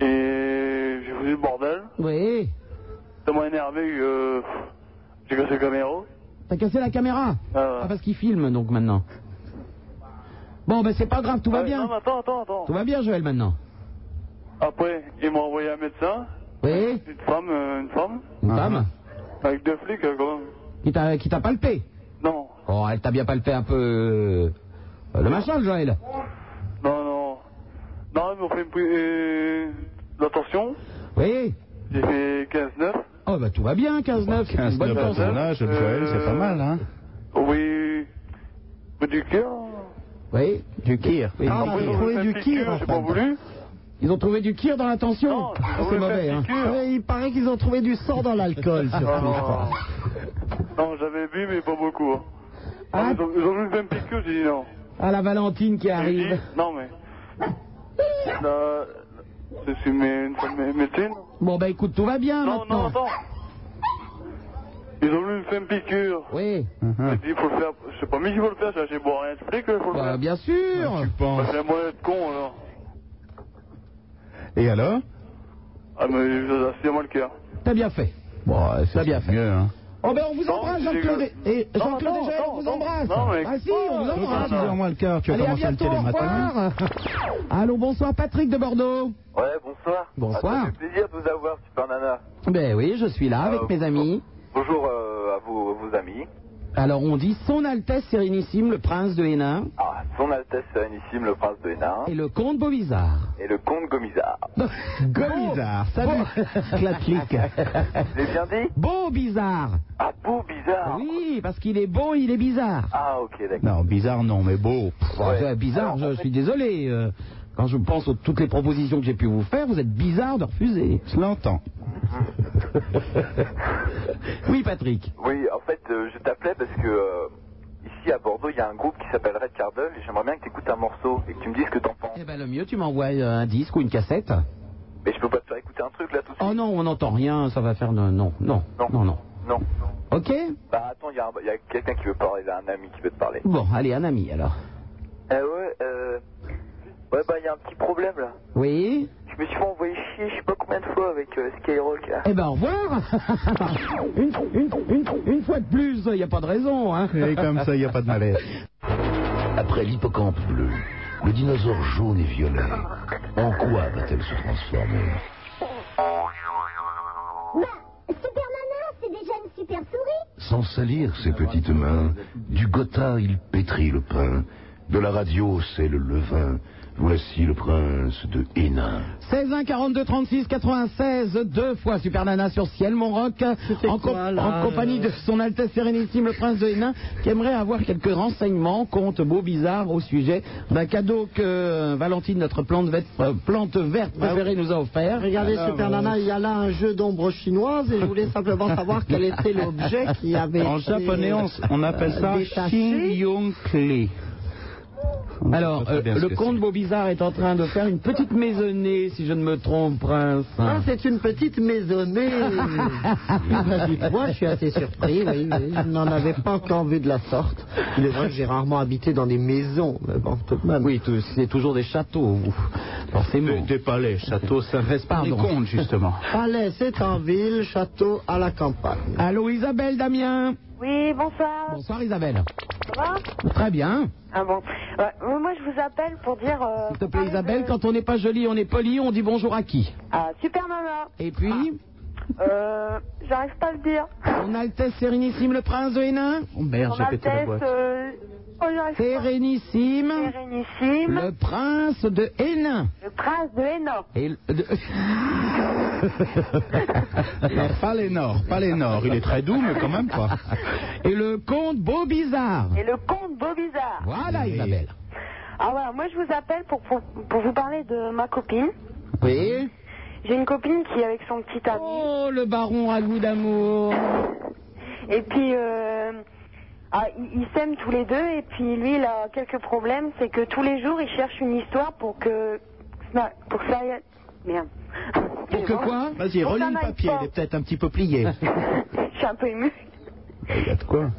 Speaker 7: et j'ai foutu le bordel.
Speaker 3: oui.
Speaker 7: Tellement énervé que euh, j'ai cassé le caméro.
Speaker 3: T'as cassé la caméra
Speaker 7: Ah, ouais.
Speaker 5: bah,
Speaker 3: parce qu'ils filment, donc, maintenant. Bon, ben, c'est pas grave, tout va
Speaker 7: Ah, Non,
Speaker 3: bien.
Speaker 7: mais attends, attends, attends.
Speaker 3: Tout va bien, Joël, maintenant.
Speaker 7: Après, ils m'ont envoyé un médecin,
Speaker 3: Oui,
Speaker 7: une femme, euh, une femme,
Speaker 3: une
Speaker 5: Ah.
Speaker 3: femme
Speaker 7: avec deux flics, euh, quand même.
Speaker 3: qui t'a- qui t'a palpé.
Speaker 7: Non,
Speaker 3: Oh, elle t'a bien palpé un peu... euh, Le machin, le Joël.
Speaker 7: non, non. Non, ils m'ont fait une prise euh, d'attention.
Speaker 3: Oui.
Speaker 7: J'ai fait 15-9.
Speaker 3: Oh, bah, tout va bien, 15-9, c'est une
Speaker 5: 15
Speaker 3: bonne
Speaker 5: neuf à
Speaker 3: chose. hein.
Speaker 5: ton âge,
Speaker 7: Euh,
Speaker 5: Joël, c'est pas mal, hein
Speaker 7: Oui, mais du cœur.
Speaker 3: Oui.
Speaker 5: Du kir.
Speaker 3: oui.
Speaker 4: Ah,
Speaker 7: Après,
Speaker 4: vous
Speaker 7: ils ont
Speaker 4: trouvez
Speaker 7: fait
Speaker 4: du
Speaker 7: une piqûre,
Speaker 4: kir,
Speaker 7: J'ai
Speaker 4: enfin.
Speaker 7: pas voulu.
Speaker 3: Ils ont trouvé du kir dans la tension.
Speaker 7: Non,
Speaker 3: Ah,
Speaker 7: oui,
Speaker 3: c'est
Speaker 7: mais
Speaker 3: mauvais, hein.
Speaker 7: c'est sûr.
Speaker 4: Ouais, Il paraît qu'ils ont trouvé du sang dans l'alcool,
Speaker 7: Ah, Non,
Speaker 4: surtout.
Speaker 7: non. Non, j'avais bu, mais pas beaucoup. hein.
Speaker 3: Ah.
Speaker 7: Ils ont ils ont juste fait une piqûre, j'ai dit non.
Speaker 3: À la Valentine qui arrive.
Speaker 7: Non, mais. Là, je suis mes, mes, mes thunes.
Speaker 3: Bon, bah écoute, tout va bien
Speaker 7: Non, non,
Speaker 3: maintenant.
Speaker 7: attends. Ils ont voulu me faire une piqûre.
Speaker 3: Oui,
Speaker 7: J'ai dit, faut le faire. Je sais pas, mais il faut le faire, j'ai boire rien de fric, faut le
Speaker 3: bah
Speaker 7: faire.
Speaker 3: bien sûr.
Speaker 5: Tu
Speaker 7: Bah,
Speaker 5: penses.
Speaker 7: c'est un moyen de con, alors.
Speaker 5: Et alors
Speaker 7: Ah, mais ça a moi le cœur.
Speaker 3: T'as bien fait.
Speaker 5: Bon,
Speaker 3: T'as
Speaker 5: c'est
Speaker 3: bien fait.
Speaker 5: mieux, hein.
Speaker 3: Oh, ben on vous
Speaker 7: Non,
Speaker 3: embrasse,
Speaker 7: je
Speaker 3: Jean-Claude.
Speaker 7: rigole.
Speaker 3: Et
Speaker 7: Non,
Speaker 3: Jean-Claude
Speaker 7: non,
Speaker 3: et Joël,
Speaker 7: non,
Speaker 3: on vous
Speaker 7: non.
Speaker 3: embrasse.
Speaker 7: Non, mais-
Speaker 3: Ah si, on vous
Speaker 7: Oh,
Speaker 3: embrasse.
Speaker 7: non, non.
Speaker 5: Dis-moi le cœur, tu vas
Speaker 3: Allez, à
Speaker 5: commencer à le
Speaker 3: bientôt, au
Speaker 5: télématin.
Speaker 3: revoir. Allô, bonsoir, Patrick de Bordeaux.
Speaker 7: Ouais, bonsoir.
Speaker 3: Bonsoir.
Speaker 7: Ah, ça fait plaisir de vous avoir, Super Nana.
Speaker 3: Ben oui, je suis là avec
Speaker 7: Euh,
Speaker 3: mes amis.
Speaker 7: Bonjour euh, à, vos, à vos amis.
Speaker 3: Alors on dit Son Altesse Sérénissime, le prince de Hénin,
Speaker 7: Ah, son Altesse Sérénissime, le prince de Hénin,
Speaker 3: et le comte Beauvisard.
Speaker 7: et le comte Gomizard.
Speaker 5: Gomizard, salut Clac-clic.
Speaker 7: Je l'ai bien dit
Speaker 3: Beau bizarre.
Speaker 7: Ah, beau, bizarre.
Speaker 3: Oui, parce qu'il est beau, il est bizarre.
Speaker 7: Ah, ok, d'accord.
Speaker 5: Non, bizarre non, mais beau. Pff,
Speaker 3: Bon, c'est bizarre, je suis désolé. euh, quand je pense aux toutes les propositions que j'ai pu vous faire, vous êtes bizarre de refuser.
Speaker 5: Je l'entends.
Speaker 3: Oui, Patrick.
Speaker 7: Oui, en fait, euh, je t'appelais parce que euh, ici à Bordeaux, il y a un groupe qui s'appelle Red Cardle et j'aimerais bien que tu écoutes un morceau et que tu me dises ce que t'en penses.
Speaker 3: Eh ben le mieux, tu m'envoies euh, un disque ou une cassette.
Speaker 7: Mais je peux pas te faire écouter un truc là tout de suite.
Speaker 3: Oh non, on n'entend rien, ça va faire de- non, non, non,
Speaker 7: Non.
Speaker 3: non,
Speaker 7: Non.
Speaker 3: Ok
Speaker 7: Bah attends, il y a, un- il y a quelqu'un qui veut parler, là, un ami qui veut te parler.
Speaker 3: Bon, allez, un ami alors.
Speaker 7: Eh ouais, euh. Ouais, bah il y a un petit problème là.
Speaker 3: Oui
Speaker 7: Je me suis fait envoyer chier, je sais pas combien de fois avec euh, Skyrock là.
Speaker 3: Eh ben au revoir une, une, une, une fois de plus, il n'y a pas de raison. Hein.
Speaker 5: Et comme ça, il n'y a pas de malaise.
Speaker 6: Après l'hippocampe bleu, le dinosaure jaune et violet, en quoi va-t-elle se transformer
Speaker 2: Bah, Super Nana, c'est déjà une super souris.
Speaker 6: Sans salir ses petites mains, du gotha il pétrit le pain, de la radio c'est le levain, voici le prince de Hénin.
Speaker 3: 16 1 42 36 96 deux fois Super Nana sur ciel mon rock en, com-
Speaker 4: quoi, là,
Speaker 3: en compagnie de son Altesse Sérénissime le Prince de Hénin qui aimerait avoir quelques renseignements compte beau bizarre au sujet d'un cadeau que euh, Valentine notre plante, verte- euh, plante verte
Speaker 5: Bah
Speaker 3: préférée nous a offert.
Speaker 4: Regardez,
Speaker 5: Ah
Speaker 4: Super Nana, il y a là un jeu d'ombre chinoise et je voulais simplement savoir quel était l'objet qui avait
Speaker 5: En
Speaker 4: été,
Speaker 5: japonais, on, s- on appelle ça
Speaker 4: euh, détaché.
Speaker 5: Shin Yong Klee.
Speaker 3: Alors,
Speaker 5: très
Speaker 3: euh,
Speaker 5: bien ce
Speaker 3: le
Speaker 5: que
Speaker 3: comte
Speaker 5: c'est.
Speaker 3: Beaubizarre est en train de faire une petite maisonnée, si je ne me trompe, prince.
Speaker 4: Ah, c'est une petite maisonnée. Moi, je suis assez surpris. oui, oui. Je n'en avais pas encore vu de la sorte. Il est vrai que j'ai rarement habité dans des maisons. Mais bon, tout de même.
Speaker 3: Oui, tout- c'est toujours des châteaux, vous.
Speaker 5: Des,
Speaker 3: Forcément.
Speaker 5: des palais, châteaux, ça reste pas des
Speaker 3: Pardon.
Speaker 5: comptes, justement.
Speaker 4: Palais, c'est en ville, château à la campagne.
Speaker 3: Allô, Isabelle Damien.
Speaker 9: Oui, bonsoir.
Speaker 3: Bonsoir, Isabelle.
Speaker 9: Ça va
Speaker 3: Très bien.
Speaker 9: Ah bon. Ouais, euh, moi, je vous appelle pour dire. euh,
Speaker 3: S'il te
Speaker 9: pour
Speaker 3: plaît,
Speaker 9: parler
Speaker 3: Isabelle,
Speaker 9: de-
Speaker 3: quand on n'est pas joli, on est poli, on dit bonjour à qui
Speaker 9: Ah, super nana.
Speaker 3: Et puis,
Speaker 9: Ah. Euh, j'arrive pas à le dire.
Speaker 3: Son Altesse Sérénissime, le prince de Hénin
Speaker 5: Oh merde,
Speaker 9: Son
Speaker 5: j'ai pété la
Speaker 9: Altesse,
Speaker 5: boîte.
Speaker 9: euh, oh, j'arrive pas.
Speaker 3: Sérénissime,
Speaker 9: Sérénissime,
Speaker 3: le prince de Hénin.
Speaker 9: le prince de Hénin.
Speaker 3: Et le- de-
Speaker 5: Non, pas les Nord, pas les Nord. Il est très doux, mais quand même pas.
Speaker 3: Et le comte Beaubizarre.
Speaker 9: Et le comte Bobizard.
Speaker 3: Voilà,
Speaker 5: Oui.
Speaker 3: Isabelle.
Speaker 9: Ah voilà, moi je vous appelle pour, pour, pour vous parler de ma copine.
Speaker 4: Oui.
Speaker 9: J'ai une copine qui est avec son petit ami.
Speaker 3: Oh, le baron à goût d'amour.
Speaker 9: Et puis, euh, ah, ils ils s'aiment tous les deux. Et puis, lui, il a quelques problèmes. C'est que tous les jours, il cherche une histoire pour que. non, Pour que ça aille. Merde.
Speaker 3: Pour que quoi
Speaker 5: Vas-y,
Speaker 9: Pour
Speaker 5: relis
Speaker 9: qu'on
Speaker 5: le
Speaker 9: aille
Speaker 5: papier,
Speaker 9: pas.
Speaker 5: il est peut-être un petit peu plié.
Speaker 9: Je suis un peu émue.
Speaker 5: Il y a de quoi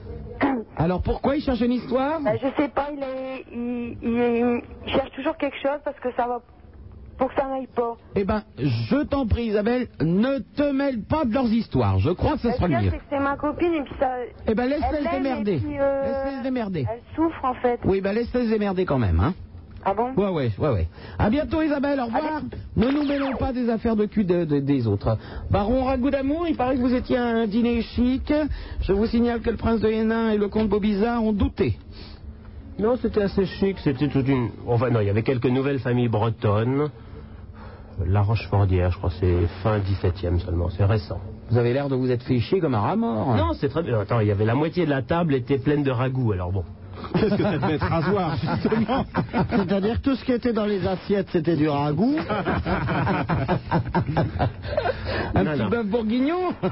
Speaker 3: Alors pourquoi il cherche une histoire
Speaker 9: Bah, je sais pas, il, est, il, il- il cherche toujours quelque chose parce que ça va. Pour que ça n'aille pas.
Speaker 3: Eh ben, je t'en prie, Isabelle, ne te mêle pas de leurs histoires. Je crois que ce
Speaker 9: Le
Speaker 3: sera le
Speaker 9: pire,
Speaker 3: mieux.
Speaker 9: c'est que c'est ma copine et puis ça.
Speaker 3: Eh ben, laisse-les se
Speaker 9: l'aime,
Speaker 3: démerder.
Speaker 9: et puis, euh,
Speaker 3: Laisse-les se démerder.
Speaker 9: Elle souffre en fait.
Speaker 3: Oui, ben laisse-les se démerder quand même, hein.
Speaker 9: Ah bon
Speaker 3: Ouais, ouais, ouais, ouais. À bientôt, Isabelle, au revoir. Ne nous mêlons pas des affaires de cul de- de- des autres. Baron Ragout d'amour, il paraît que vous étiez à un dîner chic. Je vous signale que le prince de Hénin et le comte Bobizard ont douté.
Speaker 10: Non, c'était assez chic. C'était toute une. Enfin, non, il y avait quelques nouvelles familles bretonnes. La Rochefordière, je crois, c'est fin 17e seulement, c'est récent.
Speaker 3: Vous avez l'air de vous être fait chier comme un rat mort.
Speaker 10: Non, c'est très bien. Attends, il y avait la moitié de la table était pleine de ragoûts, alors bon.
Speaker 5: Qu'est-ce que ça devait être rasoir, justement
Speaker 4: C'est-à-dire tout ce qui était dans les assiettes, c'était du ragoût.
Speaker 3: un
Speaker 10: non,
Speaker 3: petit
Speaker 10: non.
Speaker 3: bœuf bourguignon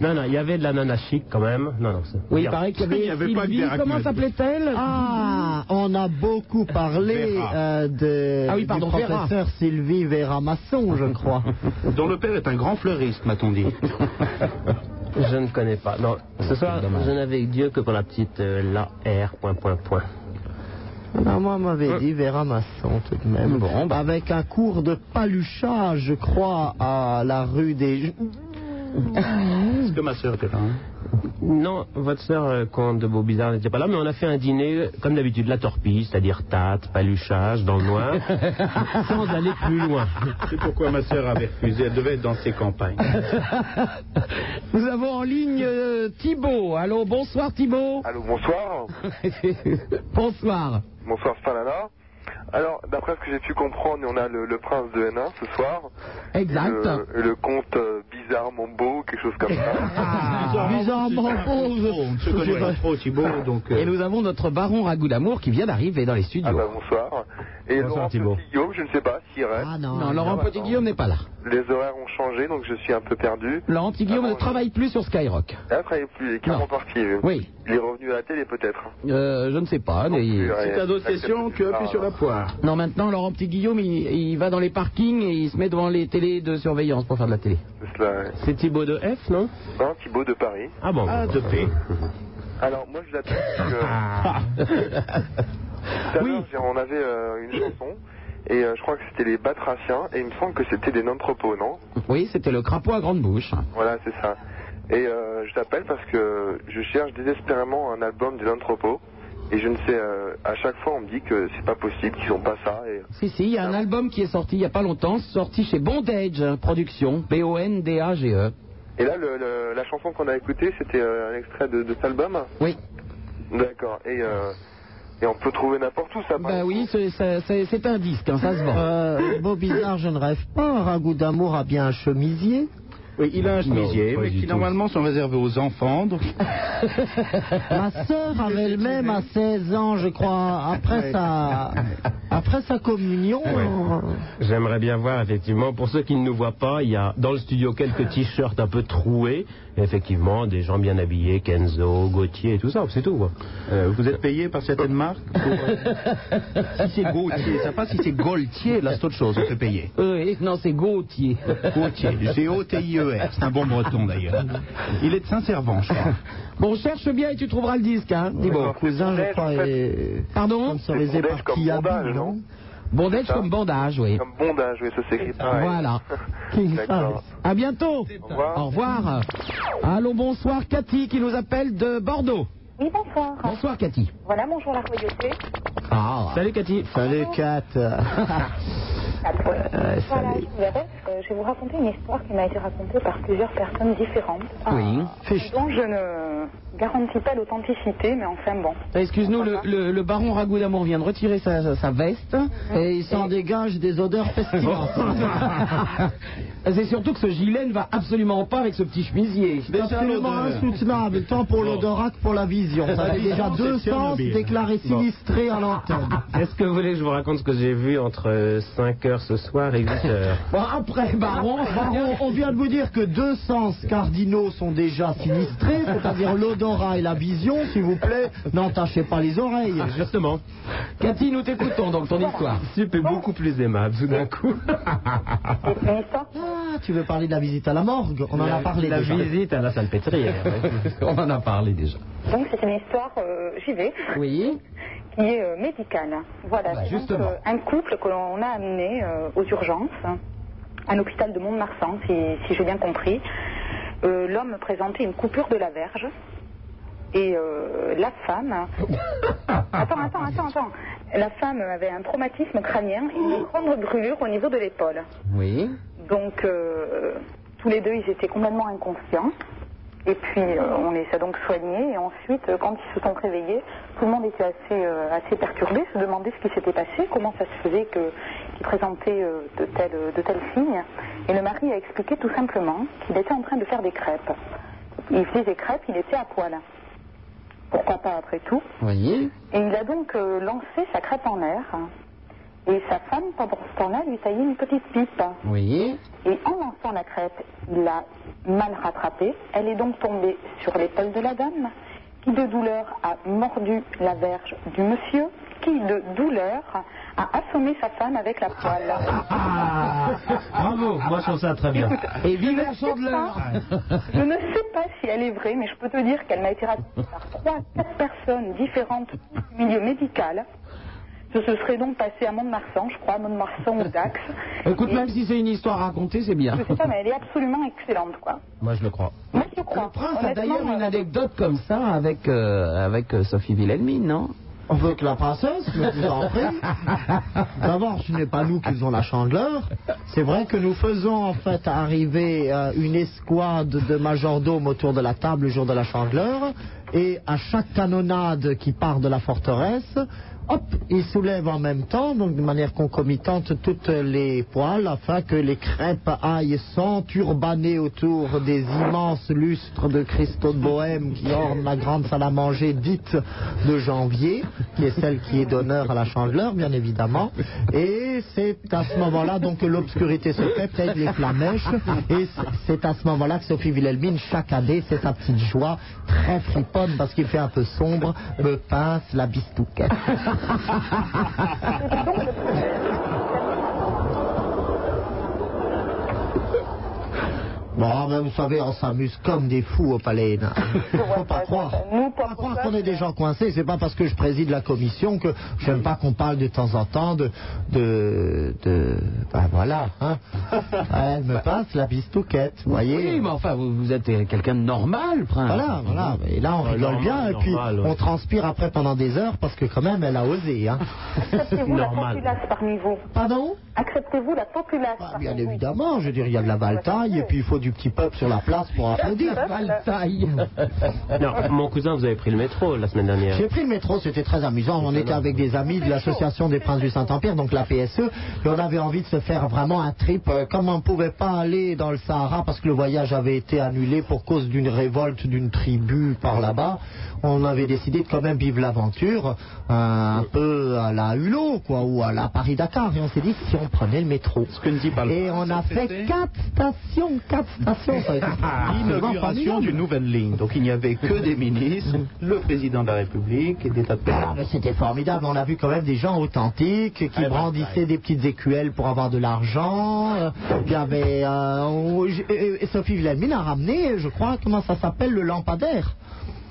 Speaker 10: Non, non, il y avait de l'ananas chic quand même. Non, non, c'est.
Speaker 3: Oui, il paraît qu'il y avait,
Speaker 5: Il y avait pas de
Speaker 3: Sylvie,
Speaker 5: miracle.
Speaker 3: comment s'appelait-elle
Speaker 4: Ah, on a beaucoup parlé
Speaker 5: Vera.
Speaker 4: euh, de
Speaker 3: Ah oui, pardon,
Speaker 4: du
Speaker 3: Vera. Ah.
Speaker 4: professeur Sylvie Vera Masson, je crois.
Speaker 5: Dont le père est un grand fleuriste, m'a-t-on dit.
Speaker 10: Je ne connais pas. Non, ce soir, je n'avais Dieu que pour la petite euh, la R. Point, point, point.
Speaker 4: Non, moi, on
Speaker 3: Euh.
Speaker 4: m'avait dit Vera Masson, tout de même.
Speaker 3: Bon, bah.
Speaker 4: Avec un cours de paluchage, je crois, à la rue des...
Speaker 5: Parce que ma sœur était là. hein.
Speaker 10: Non, votre sœur, euh, comte de Beaubizarre, n'était pas là, mais on a fait un dîner, euh, comme d'habitude, la torpille, c'est-à-dire tâte, paluchage, dans le noir, sans aller plus loin.
Speaker 5: C'est pourquoi ma sœur avait refusé. Elle devait être dans ses campagnes.
Speaker 3: Nous avons en ligne euh, Thibaut. Allô, bonsoir Thibaut.
Speaker 6: Allô, bonsoir.
Speaker 3: bonsoir.
Speaker 6: Bonsoir Spanana. Alors, d'après ce que j'ai pu comprendre, on a le, le prince de Hénin ce soir.
Speaker 3: Exact.
Speaker 6: Le, le comte euh, bizarre, mon beau, quelque chose comme ça.
Speaker 3: Ah,
Speaker 4: bizarrement
Speaker 5: On ne se connaît Oh, pas trop, Thibault, donc... euh,
Speaker 3: Et nous avons notre baron Ragout d'amour qui vient d'arriver dans les
Speaker 6: Ah
Speaker 3: studios.
Speaker 6: bah bonsoir. Et
Speaker 10: Bonsoir,
Speaker 6: Laurent
Speaker 10: Thibaut.
Speaker 6: Petit-Guillaume, je ne sais pas s'il reste. Euh,
Speaker 4: Ah non,
Speaker 3: non, Laurent
Speaker 6: bah,
Speaker 3: Petit-Guillaume n'est pas là.
Speaker 6: Les horaires ont changé, donc je suis un peu perdu.
Speaker 3: Laurent Petit-Guillaume
Speaker 6: Ah bon,
Speaker 3: ne travaille plus sur Skyrock.
Speaker 6: Là, il est plus, il est carrément
Speaker 3: Non.
Speaker 6: parti. euh.
Speaker 3: Oui.
Speaker 6: Il est revenu à la télé peut-être.
Speaker 3: Euh, je ne sais pas. mais-
Speaker 5: C'est à d'autres questions, tu appuies sur la poire.
Speaker 3: Non, maintenant, Laurent Petit-Guillaume, il, il va dans les parkings et il se met devant les télés de surveillance pour faire de la télé.
Speaker 10: C'est Thibaut de F, non
Speaker 6: Non, Thibaut de Paris.
Speaker 10: Ah bon
Speaker 5: Ah, de paix.
Speaker 6: Alors, moi, je l'appelle parce que... Tout à l'heure, j'ai- on avait euh, une chanson, et euh, je crois que c'était les Batraciens, et il me semble que c'était des noms propos, non
Speaker 3: Oui, c'était le crapaud à grande bouche.
Speaker 6: Voilà, c'est ça. Et euh, je t'appelle parce que je cherche désespérément un album des noms propos, et je ne sais, euh, à chaque fois, on me dit que c'est pas possible, qu'ils ont pas ça, et...
Speaker 3: Si, si, il y a un album qui est sorti il n'y a pas longtemps, sorti chez Bondage Productions, B-O-N-D-A-G-E.
Speaker 6: Et là, le- le- la chanson qu'on a écoutée, c'était euh, un extrait de, de cet album
Speaker 3: Oui.
Speaker 6: D'accord, et, euh, et on peut trouver n'importe où, ça par
Speaker 3: Bah
Speaker 6: exemple.
Speaker 3: oui, c'est- c'est c'est- c'est un disque, hein, ça se vend.
Speaker 4: Euh, Beau bizarre, je ne rêve pas. Ragout d'amour a bien un chemisier.
Speaker 5: Oui, il a un chemisier,
Speaker 10: pas
Speaker 5: mais
Speaker 10: du
Speaker 5: qui
Speaker 10: tout.
Speaker 5: normalement sont réservés aux enfants. donc-
Speaker 4: Ma sœur avait le même à 16 ans, je crois, après sa, Après sa communion,
Speaker 10: J'aimerais bien voir, effectivement, pour ceux qui ne nous voient pas, il y a dans le studio quelques t-shirts un peu troués, effectivement, des gens bien habillés, Kenzo, Gauthier et tout ça, c'est tout. quoi.
Speaker 5: Euh, vous êtes payé par certaines marques pour, euh, Si c'est Gauthier, ça passe si c'est Gaultier, là c'est autre chose, on fait payer.
Speaker 3: Oui, Euh, non, c'est Gauthier.
Speaker 5: Gauthier, G-O-T-I-E-R, c'est un bon breton d'ailleurs. Il est de Saint-Servant, je crois.
Speaker 3: Bon, cherche bien et tu trouveras le disque, hein, Thibaut.
Speaker 4: mon cousin, je crois, est
Speaker 3: Pardon
Speaker 4: comme sur les
Speaker 6: C'est bondage comme
Speaker 4: éparpillades,
Speaker 6: bondage,
Speaker 4: non
Speaker 6: non
Speaker 3: Bondage
Speaker 6: c'est ça.
Speaker 3: comme bandage, oui.
Speaker 6: Comme bondage, oui, ça s'écrit pareil.
Speaker 3: Voilà.
Speaker 6: Ah D'accord.
Speaker 3: À bientôt.
Speaker 6: Au revoir.
Speaker 3: Au revoir. Allô, bonsoir, Cathy qui nous appelle de Bordeaux.
Speaker 9: Oui, bonsoir.
Speaker 3: Bonsoir, Cathy.
Speaker 9: Voilà, bonjour la royauté.
Speaker 4: Ah,
Speaker 3: Salut, Cathy.
Speaker 4: salut Kat.
Speaker 3: Euh,
Speaker 9: Voilà,
Speaker 4: salut.
Speaker 9: je vous appelle parce que je vais vous raconter une histoire qui m'a été racontée par plusieurs personnes différentes.
Speaker 3: Oui.
Speaker 9: Ah. dont je ne garantis pas l'authenticité, mais enfin bon.
Speaker 3: Excuse-nous, le, le- le baron Ragoudamour vient de retirer sa, sa- sa veste.
Speaker 4: Et il s'en dégage des odeurs pestilentes.
Speaker 3: C'est surtout que ce gilet ne va absolument pas avec ce petit chemisier.
Speaker 4: Absolument
Speaker 5: l'odeur.
Speaker 4: insoutenable, tant pour l'odorat que pour la vision. Ça fait déjà
Speaker 5: vision,
Speaker 4: deux
Speaker 5: c'est
Speaker 4: sens
Speaker 5: Tchernobyl.
Speaker 4: déclarés
Speaker 5: Bon.
Speaker 4: sinistrés à l'antenne.
Speaker 10: Est-ce que vous voulez que je vous raconte ce que j'ai vu entre 5h ce soir et 8h
Speaker 3: Bon, après, baron,
Speaker 4: Baron, on vient de vous dire que deux sens cardinaux sont déjà sinistrés, c'est-à-dire l'odorat et la vision, s'il vous plaît, n'entachez pas les oreilles.
Speaker 10: Ah. Justement,
Speaker 3: Cathy, nous t'écoutons donc ton histoire.
Speaker 10: Sup est beaucoup plus aimable tout d'un coup.
Speaker 9: Une histoire
Speaker 4: Ah, tu veux parler de la visite à la morgue On en a parlé
Speaker 10: La
Speaker 4: déjà.
Speaker 10: visite à la salpêtrière.
Speaker 3: On en a parlé déjà.
Speaker 9: Donc c'est une histoire, euh, j'y vais,
Speaker 3: Oui.
Speaker 9: qui est euh, médicale. Voilà,
Speaker 3: bah,
Speaker 9: c'est donc,
Speaker 3: justement.
Speaker 9: euh, un couple que l'on a amené euh, aux urgences, à l'hôpital de Mont-de-Marsan, si, si j'ai bien compris. Euh, L'homme présentait une coupure de la verge. Et euh, la femme. Attends, attends, attends, attends. La femme avait un traumatisme crânien et une grande brûlure au niveau de l'épaule.
Speaker 3: Oui.
Speaker 9: Donc, euh, tous les deux, ils étaient complètement inconscients. Et puis, euh, on les a donc soignés. Et ensuite, euh, quand ils se sont réveillés, tout le monde était assez, euh, assez perturbé, se demandait ce qui s'était passé, comment ça se faisait que- qu'ils présentaient euh, de, tels, de tels signes. Et le mari a expliqué tout simplement qu'il était en train de faire des crêpes. Il faisait des crêpes, il était à poil. Pourquoi pas après tout
Speaker 3: Oui.
Speaker 9: et il a donc euh, lancé sa crêpe en l'air. Et sa femme, pendant ce temps-là, lui taillait une petite pipe.
Speaker 3: Oui.
Speaker 9: Et en lançant la crêpe, il l'a mal rattrapée. Elle est donc tombée sur l'épaule de la dame, qui de douleur a mordu la verge du monsieur, qui de douleur a assommé sa femme avec la poêle.
Speaker 3: Ah.
Speaker 10: Bravo, moi je trouve ça très bien.
Speaker 3: Et vive la
Speaker 9: Je ne sais
Speaker 3: chandeleur
Speaker 9: pas- Je ne sais pas si elle est vraie, mais je peux te dire qu'elle m'a été racontée par trois, quatre personnes différentes du milieu médical. Ce se serait donc passé à Mont-de-Marsan, je crois, à Mont-de-Marsan ou Dax.
Speaker 3: Écoute,
Speaker 9: Et
Speaker 3: même si c'est une histoire racontée, c'est bien.
Speaker 9: Je sais pas, mais elle est absolument excellente, quoi.
Speaker 10: Moi je le crois.
Speaker 9: Moi, je crois.
Speaker 3: Le prince a
Speaker 9: Honnêtement,
Speaker 3: d'ailleurs
Speaker 9: euh,
Speaker 3: une anecdote comme ça avec, euh, avec euh, Sophie Wilhelmine, non
Speaker 4: On veut que la princesse, je vous en prie. D'abord, ce n'est pas nous qui faisons la chandeleur. C'est vrai que nous faisons en fait arriver euh, une escouade de majordomes autour de la table le jour de la chandeleur. Et à chaque canonnade qui part de la forteresse, hop, ils soulèvent en même temps, donc de manière concomitante, toutes les poêles afin que les crêpes aillent s'enturbaner autour des immenses lustres de cristaux de Bohème qui ornent la grande salle à manger dite de janvier, qui est celle qui est d'honneur à la chandeleur, bien évidemment. Et c'est à ce moment-là donc que l'obscurité se fait, peut-être les flamèches. Et c'est à ce moment-là que Sophie Wilhelmine, chaque année, c'est sa petite joie, très friponne parce qu'il fait un peu sombre, me pince la bistouquette. Bon, ben, vous savez, on s'amuse comme des fous au palais. hein. Faut pas croire.
Speaker 9: Nous,
Speaker 4: Faut pas croire qu'on est des gens coincés. C'est pas parce que je préside la commission que j'aime pas qu'on parle de temps en temps de, de, de, ben voilà. Hein. Elle me passe la bistouquette, vous
Speaker 3: Oui,
Speaker 4: voyez.
Speaker 3: mais enfin, vous, vous êtes euh, quelqu'un de normal, prince. Euh,
Speaker 4: Voilà, voilà. Et là, on
Speaker 10: Ouais,
Speaker 4: rigole
Speaker 10: normal,
Speaker 4: bien, et puis
Speaker 10: normal, ouais.
Speaker 4: on transpire après pendant des heures parce que quand même, elle a osé. Hein.
Speaker 9: acceptez-vous la
Speaker 10: Normal.
Speaker 9: populace parmi vous
Speaker 4: Pardon
Speaker 9: Acceptez-vous la populace
Speaker 4: Ah, bien évidemment, je veux dire, il y a de la valtaille et puis il faut du petit peuple sur la place pour applaudir.
Speaker 3: Valtaille.
Speaker 10: Non, mon cousin, vous avez pris le métro la semaine dernière.
Speaker 4: J'ai pris le métro, c'était très amusant. On était avec des amis de l'association des princes du Saint-Empire, donc la PSE, et on avait envie de se faire vraiment un trip. Euh, Comme on ne pouvait pas aller dans le Sahara parce que le voyage avait été annulé pour cause d'une révolte d'une tribu par là-bas, on avait décidé de quand même vivre l'aventure euh, un peu à la Hulot, quoi, ou à la Paris-Dakar. Et on s'est dit si on prenait le métro.
Speaker 5: Ce que ne dit pas le
Speaker 4: Et on a fait quatre stations, quatre stations. Ça a été absolument
Speaker 5: L'inauguration
Speaker 4: formidable.
Speaker 5: Ah, d'une nouvelle ligne. Donc il n'y avait que des ministres, le président de la République et des tas de
Speaker 4: Ah,
Speaker 5: personnes.
Speaker 4: mais C'était formidable. On a vu quand même des gens authentiques qui
Speaker 3: Ah, bah,
Speaker 5: ben,
Speaker 4: brandissaient
Speaker 5: ouais.
Speaker 4: des petites écuelles pour avoir de l'argent. Euh, Il y avait euh, on- j- euh, euh, Sophie Villemine a ramené, je crois, comment ça s'appelle, le lampadaire.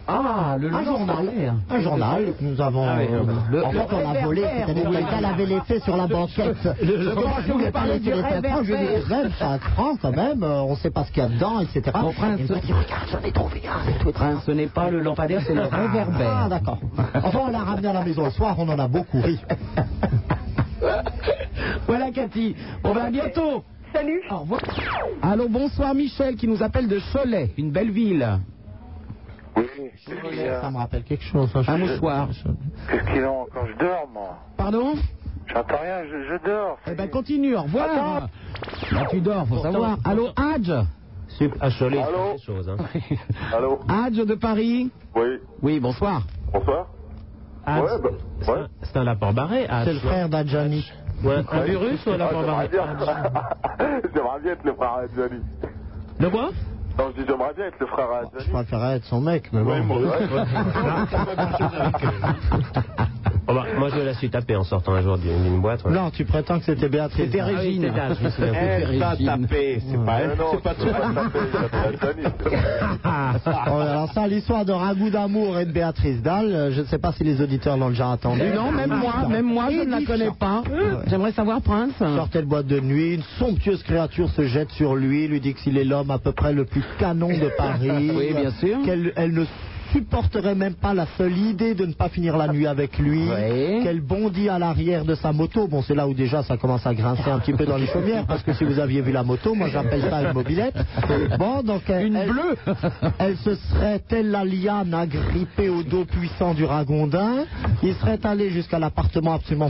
Speaker 3: Ah, le
Speaker 4: Un journal, un journal que nous avons.
Speaker 3: Ah oui,
Speaker 4: euh,
Speaker 3: le-
Speaker 4: en fait, on l'a
Speaker 3: le
Speaker 4: volé.
Speaker 3: réverbère,
Speaker 4: C'est-à-dire
Speaker 3: on
Speaker 4: que
Speaker 3: l'a-
Speaker 4: quelqu'un l'avait laissé sur la banquette.
Speaker 3: le-
Speaker 4: Je
Speaker 3: le-
Speaker 4: commence
Speaker 3: je voulais parler du
Speaker 4: sur les
Speaker 3: réverbère.
Speaker 4: serpents, Je lui dis, rêve, ça craint quand même. euh, On ne sait pas ce qu'il y a dedans, etc.
Speaker 3: Mon prince-
Speaker 4: Et il m'a dit, regarde, j'en ai trouvé un. et tout, etc.
Speaker 3: Prince, ce n'est pas le lampadaire, c'est le réverbère.
Speaker 4: Ah, d'accord. Enfin, on l'a ramené à la maison le soir, on en a beaucoup ri.
Speaker 3: Voilà Cathy, on va à bientôt.
Speaker 9: Salut
Speaker 3: Au revoir. Allô, bonsoir Michel qui nous appelle de Cholet, une belle ville.
Speaker 6: Oui, qu'est-ce qu'il y
Speaker 4: Ça
Speaker 6: a
Speaker 4: me rappelle quelque chose. ça, je-
Speaker 3: Un mouchoir.
Speaker 6: Qu'est-ce qu'il y a encore Je dors, moi.
Speaker 3: Pardon
Speaker 6: J'entends rien, je, je dors.
Speaker 3: Eh ben continue, au revoir. Là tu dors, faut savoir. Allô, Hadj
Speaker 10: Sup à Cholet,
Speaker 6: Allô
Speaker 10: c'est la même chose. Hein.
Speaker 6: Allô
Speaker 3: Hadj de Paris
Speaker 6: Oui,
Speaker 3: Oui, bonsoir.
Speaker 6: bonsoir.
Speaker 10: Ah,
Speaker 6: Ouais, bah,
Speaker 10: c'est
Speaker 6: ouais.
Speaker 10: un- c'est un lapin barré. ah,
Speaker 4: C'est le frère d'Adjani.
Speaker 10: Ouais, un virus ou un
Speaker 6: Ah,
Speaker 10: lapin
Speaker 6: J'aimerais
Speaker 10: barré
Speaker 6: bien... j'aimerais bien être le frère à Johnny.
Speaker 10: De quoi
Speaker 6: Non, je dis j'aimerais bien être le frère à
Speaker 4: Je
Speaker 6: Johnny.
Speaker 4: préférais être son mec, mais
Speaker 6: Oui,
Speaker 4: bon.
Speaker 6: moi, ouais.
Speaker 10: Oh bah, Moi, je la suis tapé en sortant un jour d'une d'une boîte. ouais.
Speaker 4: Non, tu prétends que c'était Béatrice.
Speaker 3: C'était
Speaker 10: Ah oui,
Speaker 3: Régine.
Speaker 10: c'est Hadj, je me souviens plus.
Speaker 5: Elle t'a
Speaker 3: Régine.
Speaker 5: tapé, c'est pas
Speaker 6: Euh,
Speaker 5: elle,
Speaker 6: non,
Speaker 5: c'est pas
Speaker 6: tu peux
Speaker 5: toi.
Speaker 6: taper, j'appelle à Johnny.
Speaker 4: Oh, alors ça, l'histoire de Ragout d'amour et de Béatrice Dalle, euh, je ne sais pas si les auditeurs l'ont déjà entendu.
Speaker 3: Non, même moi, même moi, je ne la connais pas. J'aimerais savoir, Prince.
Speaker 4: Sortait de boîte de nuit, une somptueuse créature se jette sur lui, lui dit que s'il est l'homme à peu près le plus canon de Paris,
Speaker 3: Oui, bien sûr.
Speaker 4: qu'elle elle ne supporterait même pas la seule idée de ne pas finir la nuit avec lui,
Speaker 3: Oui.
Speaker 4: qu'elle bondit à l'arrière de sa moto. Bon, c'est là où déjà ça commence à grincer un petit peu dans les chaumières, parce que si vous aviez vu la moto, moi j'appelle ça une mobilette. Bon, donc elle-
Speaker 3: Une
Speaker 4: elle-
Speaker 3: bleue
Speaker 4: elle se serait, telle la liane, agrippée au dos puissant du ragondin. Il serait allé jusqu'à l'appartement absolument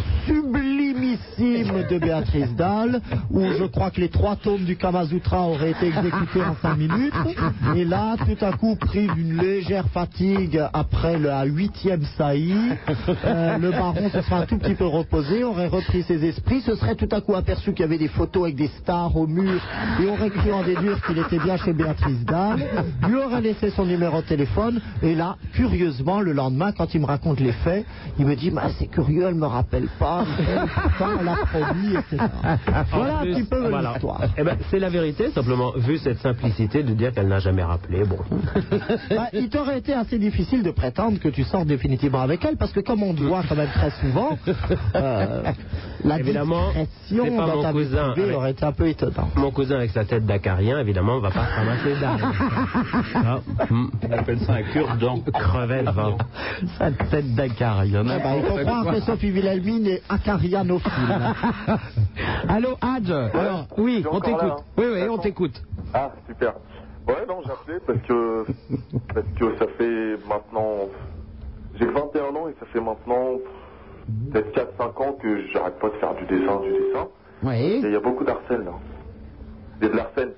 Speaker 4: sublimissime de Béatrice Dalle, où je crois que les trois tomes du Kamasutra auraient été exécutés en cinq minutes. Et là, tout à coup, pris d'une légère fatigue après la huitième saillie, euh, le baron se serait un tout petit peu reposé, aurait repris ses esprits, se serait tout à coup aperçu qu'il y avait des photos avec des stars au mur et aurait cru en déduire qu'il était bien chez Béatrice Dalle, lui aurait laissé son numéro de téléphone et là, curieusement, le lendemain, quand il me raconte les faits, il me dit bah, c'est curieux, elle me rappelle pas, quand elle a promis, etc. Voilà
Speaker 10: En
Speaker 4: un
Speaker 10: plus,
Speaker 4: petit peu
Speaker 10: voilà.
Speaker 4: l'histoire.
Speaker 10: Eh ben, c'est la vérité, simplement, vu cette simplicité de dire qu'elle n'a jamais rappelé. Bon.
Speaker 4: Bah, il t'aurait été assez difficile de prétendre que tu sors définitivement avec elle, parce que comme on te voit quand même très souvent, euh, la
Speaker 10: Évidemment, c'est
Speaker 4: discrétion
Speaker 10: pas
Speaker 4: dans
Speaker 10: mon
Speaker 4: ta vie
Speaker 10: cousin,
Speaker 4: privée
Speaker 10: avec-
Speaker 4: aurait été un peu étonnante.
Speaker 10: Mon cousin avec sa tête d'acarien, évidemment, va pas se ramasser d'âme.
Speaker 5: On appelle ça un cure-dent.
Speaker 10: Crevette, va.
Speaker 3: Sa tête d'accar, il y en
Speaker 4: Ah bah, il faut croire que Sophie Wilhelmine est acarianophile.
Speaker 3: Allô, Hadj Alors, Oui,
Speaker 6: suis
Speaker 3: on
Speaker 6: encore là,
Speaker 3: t'écoute.
Speaker 6: hein.
Speaker 3: Oui, oui, on
Speaker 6: D'accord.
Speaker 3: t'écoute.
Speaker 6: Ah, super. Ouais, non, j'appelais parce que, parce que ça fait maintenant. J'ai 21 ans et ça fait maintenant peut-être 4-5 ans que j'arrête pas de faire du dessin, du dessin. Et
Speaker 3: Oui.
Speaker 6: il y a beaucoup d'arsène, là. Il y a de l'arsène.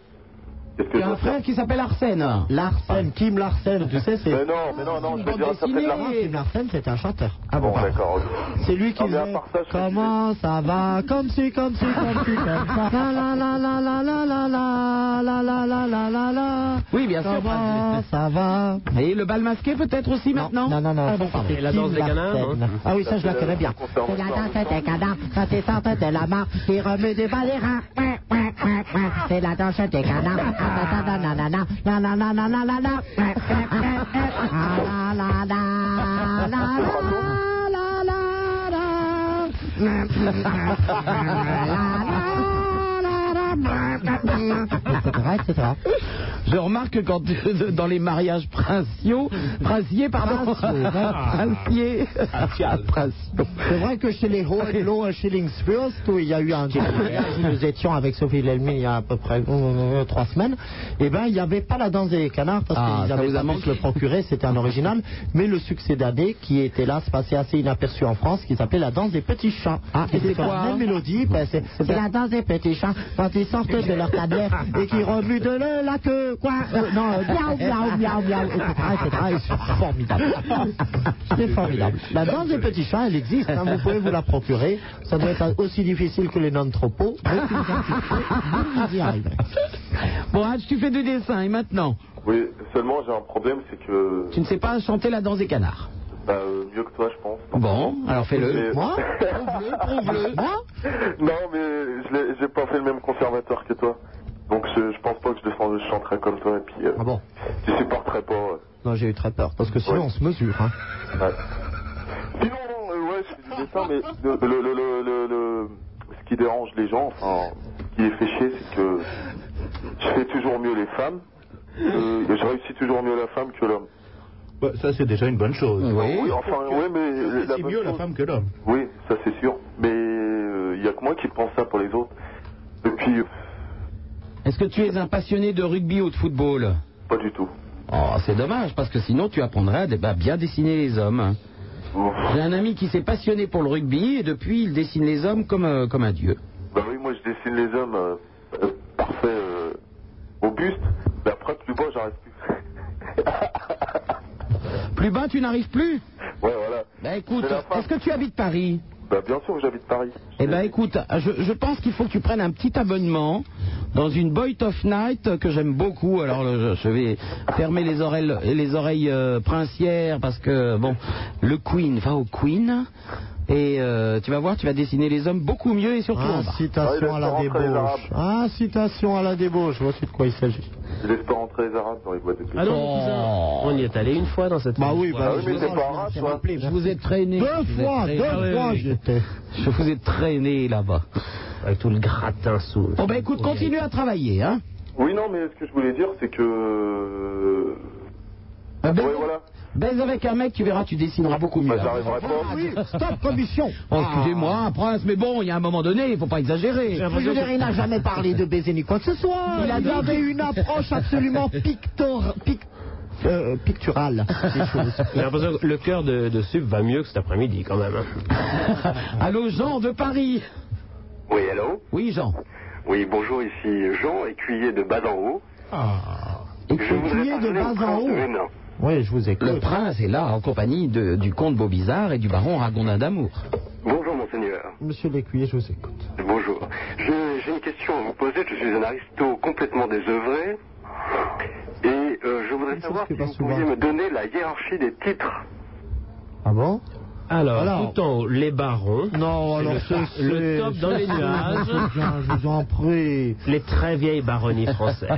Speaker 6: Qu'est-ce que
Speaker 3: Tu
Speaker 6: je
Speaker 3: as un
Speaker 6: dois
Speaker 3: frère
Speaker 6: faire
Speaker 3: qui s'appelle Arsène.
Speaker 4: Larsen, Kim Larsen, tu sais, c'est.
Speaker 6: Mais non, mais non, non, je veux dire, ça fait de
Speaker 4: Ah,
Speaker 6: la
Speaker 4: Kim Larsen, c'est un chanteur.
Speaker 3: Ah
Speaker 6: Bon,
Speaker 3: pardon.
Speaker 6: d'accord.
Speaker 4: C'est lui qui
Speaker 6: Non, Ah, mais à
Speaker 4: faisait
Speaker 6: part ça, je fais du-
Speaker 4: Comment ça va Comme si, comme si, comme si, comme ça. La la la la la la la la la la la la la la.
Speaker 3: Oui, bien sûr,
Speaker 4: Comment
Speaker 3: Prince.
Speaker 4: ça va
Speaker 3: Et le bal masqué peut-être aussi maintenant
Speaker 4: Non, non, non.
Speaker 3: Ah bon,
Speaker 4: pardon.
Speaker 10: c'est la danse des
Speaker 4: Kim
Speaker 10: canards,
Speaker 4: Larsen.
Speaker 10: hein
Speaker 4: Ah oui, ça, je la connais bien.
Speaker 6: C'est la danse
Speaker 4: C'est la danse des canards, quand ils sortent de la mare, ils remuent des balérins. Ouin, ouin, ouin, ouin. C'est la danse des canards. Ah, da, da, da, da, da, da, da, da, da, da, da. Ouin, ouin, ouin, ouin. Ah, la, la, la, la, la, la, la, la. La, la, la, la, la, la, la, la, la, la, la, la, etc., etc.
Speaker 3: Je remarque que quand, dans les mariages princiaux, princiers, pardon, princiers, princiaux.
Speaker 4: C'est vrai que chez les Hohenlohe Schillingsfürst, où il y a eu un mariage, nous étions avec Sophie Lelmy il y a à peu près euh, euh, trois semaines, eh ben, il n'y avait pas la danse des canards parce
Speaker 3: Ah,
Speaker 4: qu'ils
Speaker 3: ça
Speaker 4: avaient
Speaker 3: vous a
Speaker 4: pas pu se le procurer, c'était un original, mais le succès d'année qui était là se passait assez inaperçu en France, qui s'appelait la danse des petits chats.
Speaker 3: Ah, et c'est
Speaker 4: C'était
Speaker 3: quoi
Speaker 4: la même mélodie, ben, c'est c'est la danse des petits chats quand ils sortent de leur tablette et qu'ils remuent de le- la queue, quoi. Euh, non, euh, miaou, miaou, miaou, miaou, etc., etc., et c'est formidable. C'est formidable. La danse des petits chats, elle existe, hein, vous pouvez vous la procurer. Ça doit être aussi difficile que les non-tropos, mais vous vous y arrivez.
Speaker 3: Bon, Hatch, tu fais du dessin, et maintenant
Speaker 6: Oui, seulement j'ai un problème, c'est que.
Speaker 3: Tu ne sais pas chanter la danse des canards.
Speaker 6: Bah, euh, mieux que toi, je pense.
Speaker 3: Bon, alors fais-le.
Speaker 6: Mais-
Speaker 4: Moi
Speaker 6: Non, mais je l'ai- j'ai pas fait le même conservatoire que toi. Donc je, je pense pas que je, descends, je chanterai comme toi et puis euh,
Speaker 4: Ah bon
Speaker 6: je supporterai pas. ouais.
Speaker 4: Non, j'ai eu très peur, parce que sinon
Speaker 6: Ouais.
Speaker 4: on se mesure. Hein.
Speaker 6: Ouais. Sinon, euh, ouais, je fais du dessin, mais le, le- le- le- le- le- ce qui dérange les gens, enfin, ce qui les fait chier, c'est que je fais toujours mieux les femmes. euh, et je réussis toujours mieux la femme que l'homme.
Speaker 5: Bah, ça, c'est déjà une bonne chose.
Speaker 6: Oui, enfin, oui, mais la
Speaker 5: C'est
Speaker 6: bonne
Speaker 5: mieux la
Speaker 6: chose-
Speaker 5: femme que l'homme.
Speaker 6: Oui, ça c'est sûr. Mais euh, il y a que moi qui pense ça pour les autres. Depuis, euh,
Speaker 3: Est-ce que tu es un passionné de rugby ou de football
Speaker 6: pas du tout.
Speaker 3: Oh, c'est dommage, parce que sinon tu apprendrais à dé- à bien dessiner les hommes. hein.
Speaker 6: Ouf.
Speaker 3: J'ai un ami qui s'est passionné pour le rugby, et depuis, il dessine les hommes comme, euh, comme un dieu.
Speaker 6: Bah oui, moi je dessine les hommes euh, euh, parfaits euh, au buste, mais après plus bas j'arrive plus.
Speaker 3: Plus bas, tu n'arrives plus
Speaker 6: Ouais, voilà.
Speaker 3: Bah écoute,
Speaker 6: C'est la fin.
Speaker 3: est-ce que tu habites Paris
Speaker 6: Bah bien sûr que j'habite Paris.
Speaker 3: Eh ben écoute, je, je pense qu'il faut que tu prennes un petit abonnement dans une Boy of Night que j'aime beaucoup. Alors le- je, je vais fermer les oreilles, les oreilles euh, princières parce que bon, le Queen va au Queen et euh, tu vas voir, tu vas dessiner les hommes beaucoup mieux et surtout en bas.
Speaker 4: Incitation
Speaker 6: Ah,
Speaker 4: à
Speaker 6: il
Speaker 4: la
Speaker 6: a fait rentrer les
Speaker 4: débauche. Incitation à la débauche, je vois aussi de quoi il s'agit.
Speaker 6: J'espère rentrer les Arabes dans les boîtes de nuit.
Speaker 10: Ah non, mais tu sais, on y est allé une fois dans cette
Speaker 4: Bah oui,
Speaker 10: voilà.
Speaker 4: bah
Speaker 6: oui,
Speaker 4: je
Speaker 6: mais
Speaker 4: vous
Speaker 6: t'es
Speaker 4: en-
Speaker 6: pas
Speaker 4: je vous en
Speaker 6: arabe,
Speaker 4: suis
Speaker 6: toi.
Speaker 4: rappelé,
Speaker 3: Je
Speaker 4: moi.
Speaker 3: vous ai traîné.
Speaker 4: Deux
Speaker 3: je vous ai
Speaker 4: fois,
Speaker 3: traîné. Ah oui,
Speaker 4: deux fois
Speaker 3: oui.
Speaker 4: j'étais.
Speaker 3: Je vous ai traîné là-bas.
Speaker 10: Avec tout le gratin sous.
Speaker 3: Bon ben écoute, continue à travailler, hein.
Speaker 6: Oui, non, mais ce que je voulais dire, c'est que. euh,
Speaker 3: Ah,
Speaker 6: Ouais,
Speaker 3: baise,
Speaker 6: voilà.
Speaker 3: baise avec un mec, tu verras, tu dessineras beaucoup mieux.
Speaker 6: Bah, j'arriverai pas.
Speaker 4: Oui, stop commission. Ah.
Speaker 3: Oh, excusez-moi, prince, mais bon, il y a un moment donné, il faut pas exagérer.
Speaker 4: Je veux dire, il n'a jamais parlé de baiser ni quoi que ce soit. Il, avait une approche absolument pictor- pic- euh, picturale des choses.
Speaker 10: J'ai l'impression que le cœur de, de Sub va mieux que cet après-midi quand même. hein.
Speaker 3: Allô, Jean de Paris.
Speaker 11: Oui, allô
Speaker 3: Oui, Jean.
Speaker 11: Oui, bonjour, ici Jean, écuyer de bas en haut. Je voudrais
Speaker 4: Ah. Écuyer de
Speaker 11: parler au
Speaker 4: bas en
Speaker 11: prince
Speaker 4: haut.
Speaker 11: Hénin.
Speaker 4: Oui, je vous
Speaker 3: Le
Speaker 4: écoute.
Speaker 3: prince est là en compagnie de- du comte Beaubizarre et du baron Ragondin d'Amour.
Speaker 11: Bonjour, monseigneur.
Speaker 4: Monsieur l'écuyer, je vous écoute.
Speaker 11: Bonjour. Je- J'ai une question à vous poser. Je suis un aristo complètement désœuvré. Et euh, je voudrais
Speaker 4: Une chose
Speaker 11: savoir
Speaker 4: qui
Speaker 11: si
Speaker 4: va
Speaker 11: vous
Speaker 4: souvent.
Speaker 11: pourriez me donner la hiérarchie des titres.
Speaker 4: Ah bon
Speaker 10: Alors,
Speaker 4: Alors.
Speaker 10: tout en haut, les barons,
Speaker 4: Non, alors
Speaker 10: le-
Speaker 4: c'est-
Speaker 10: le top
Speaker 4: c'est-
Speaker 10: dans les
Speaker 4: c'est-
Speaker 10: nuages.
Speaker 4: Je vous en prie.
Speaker 10: les très vieilles baronnies françaises.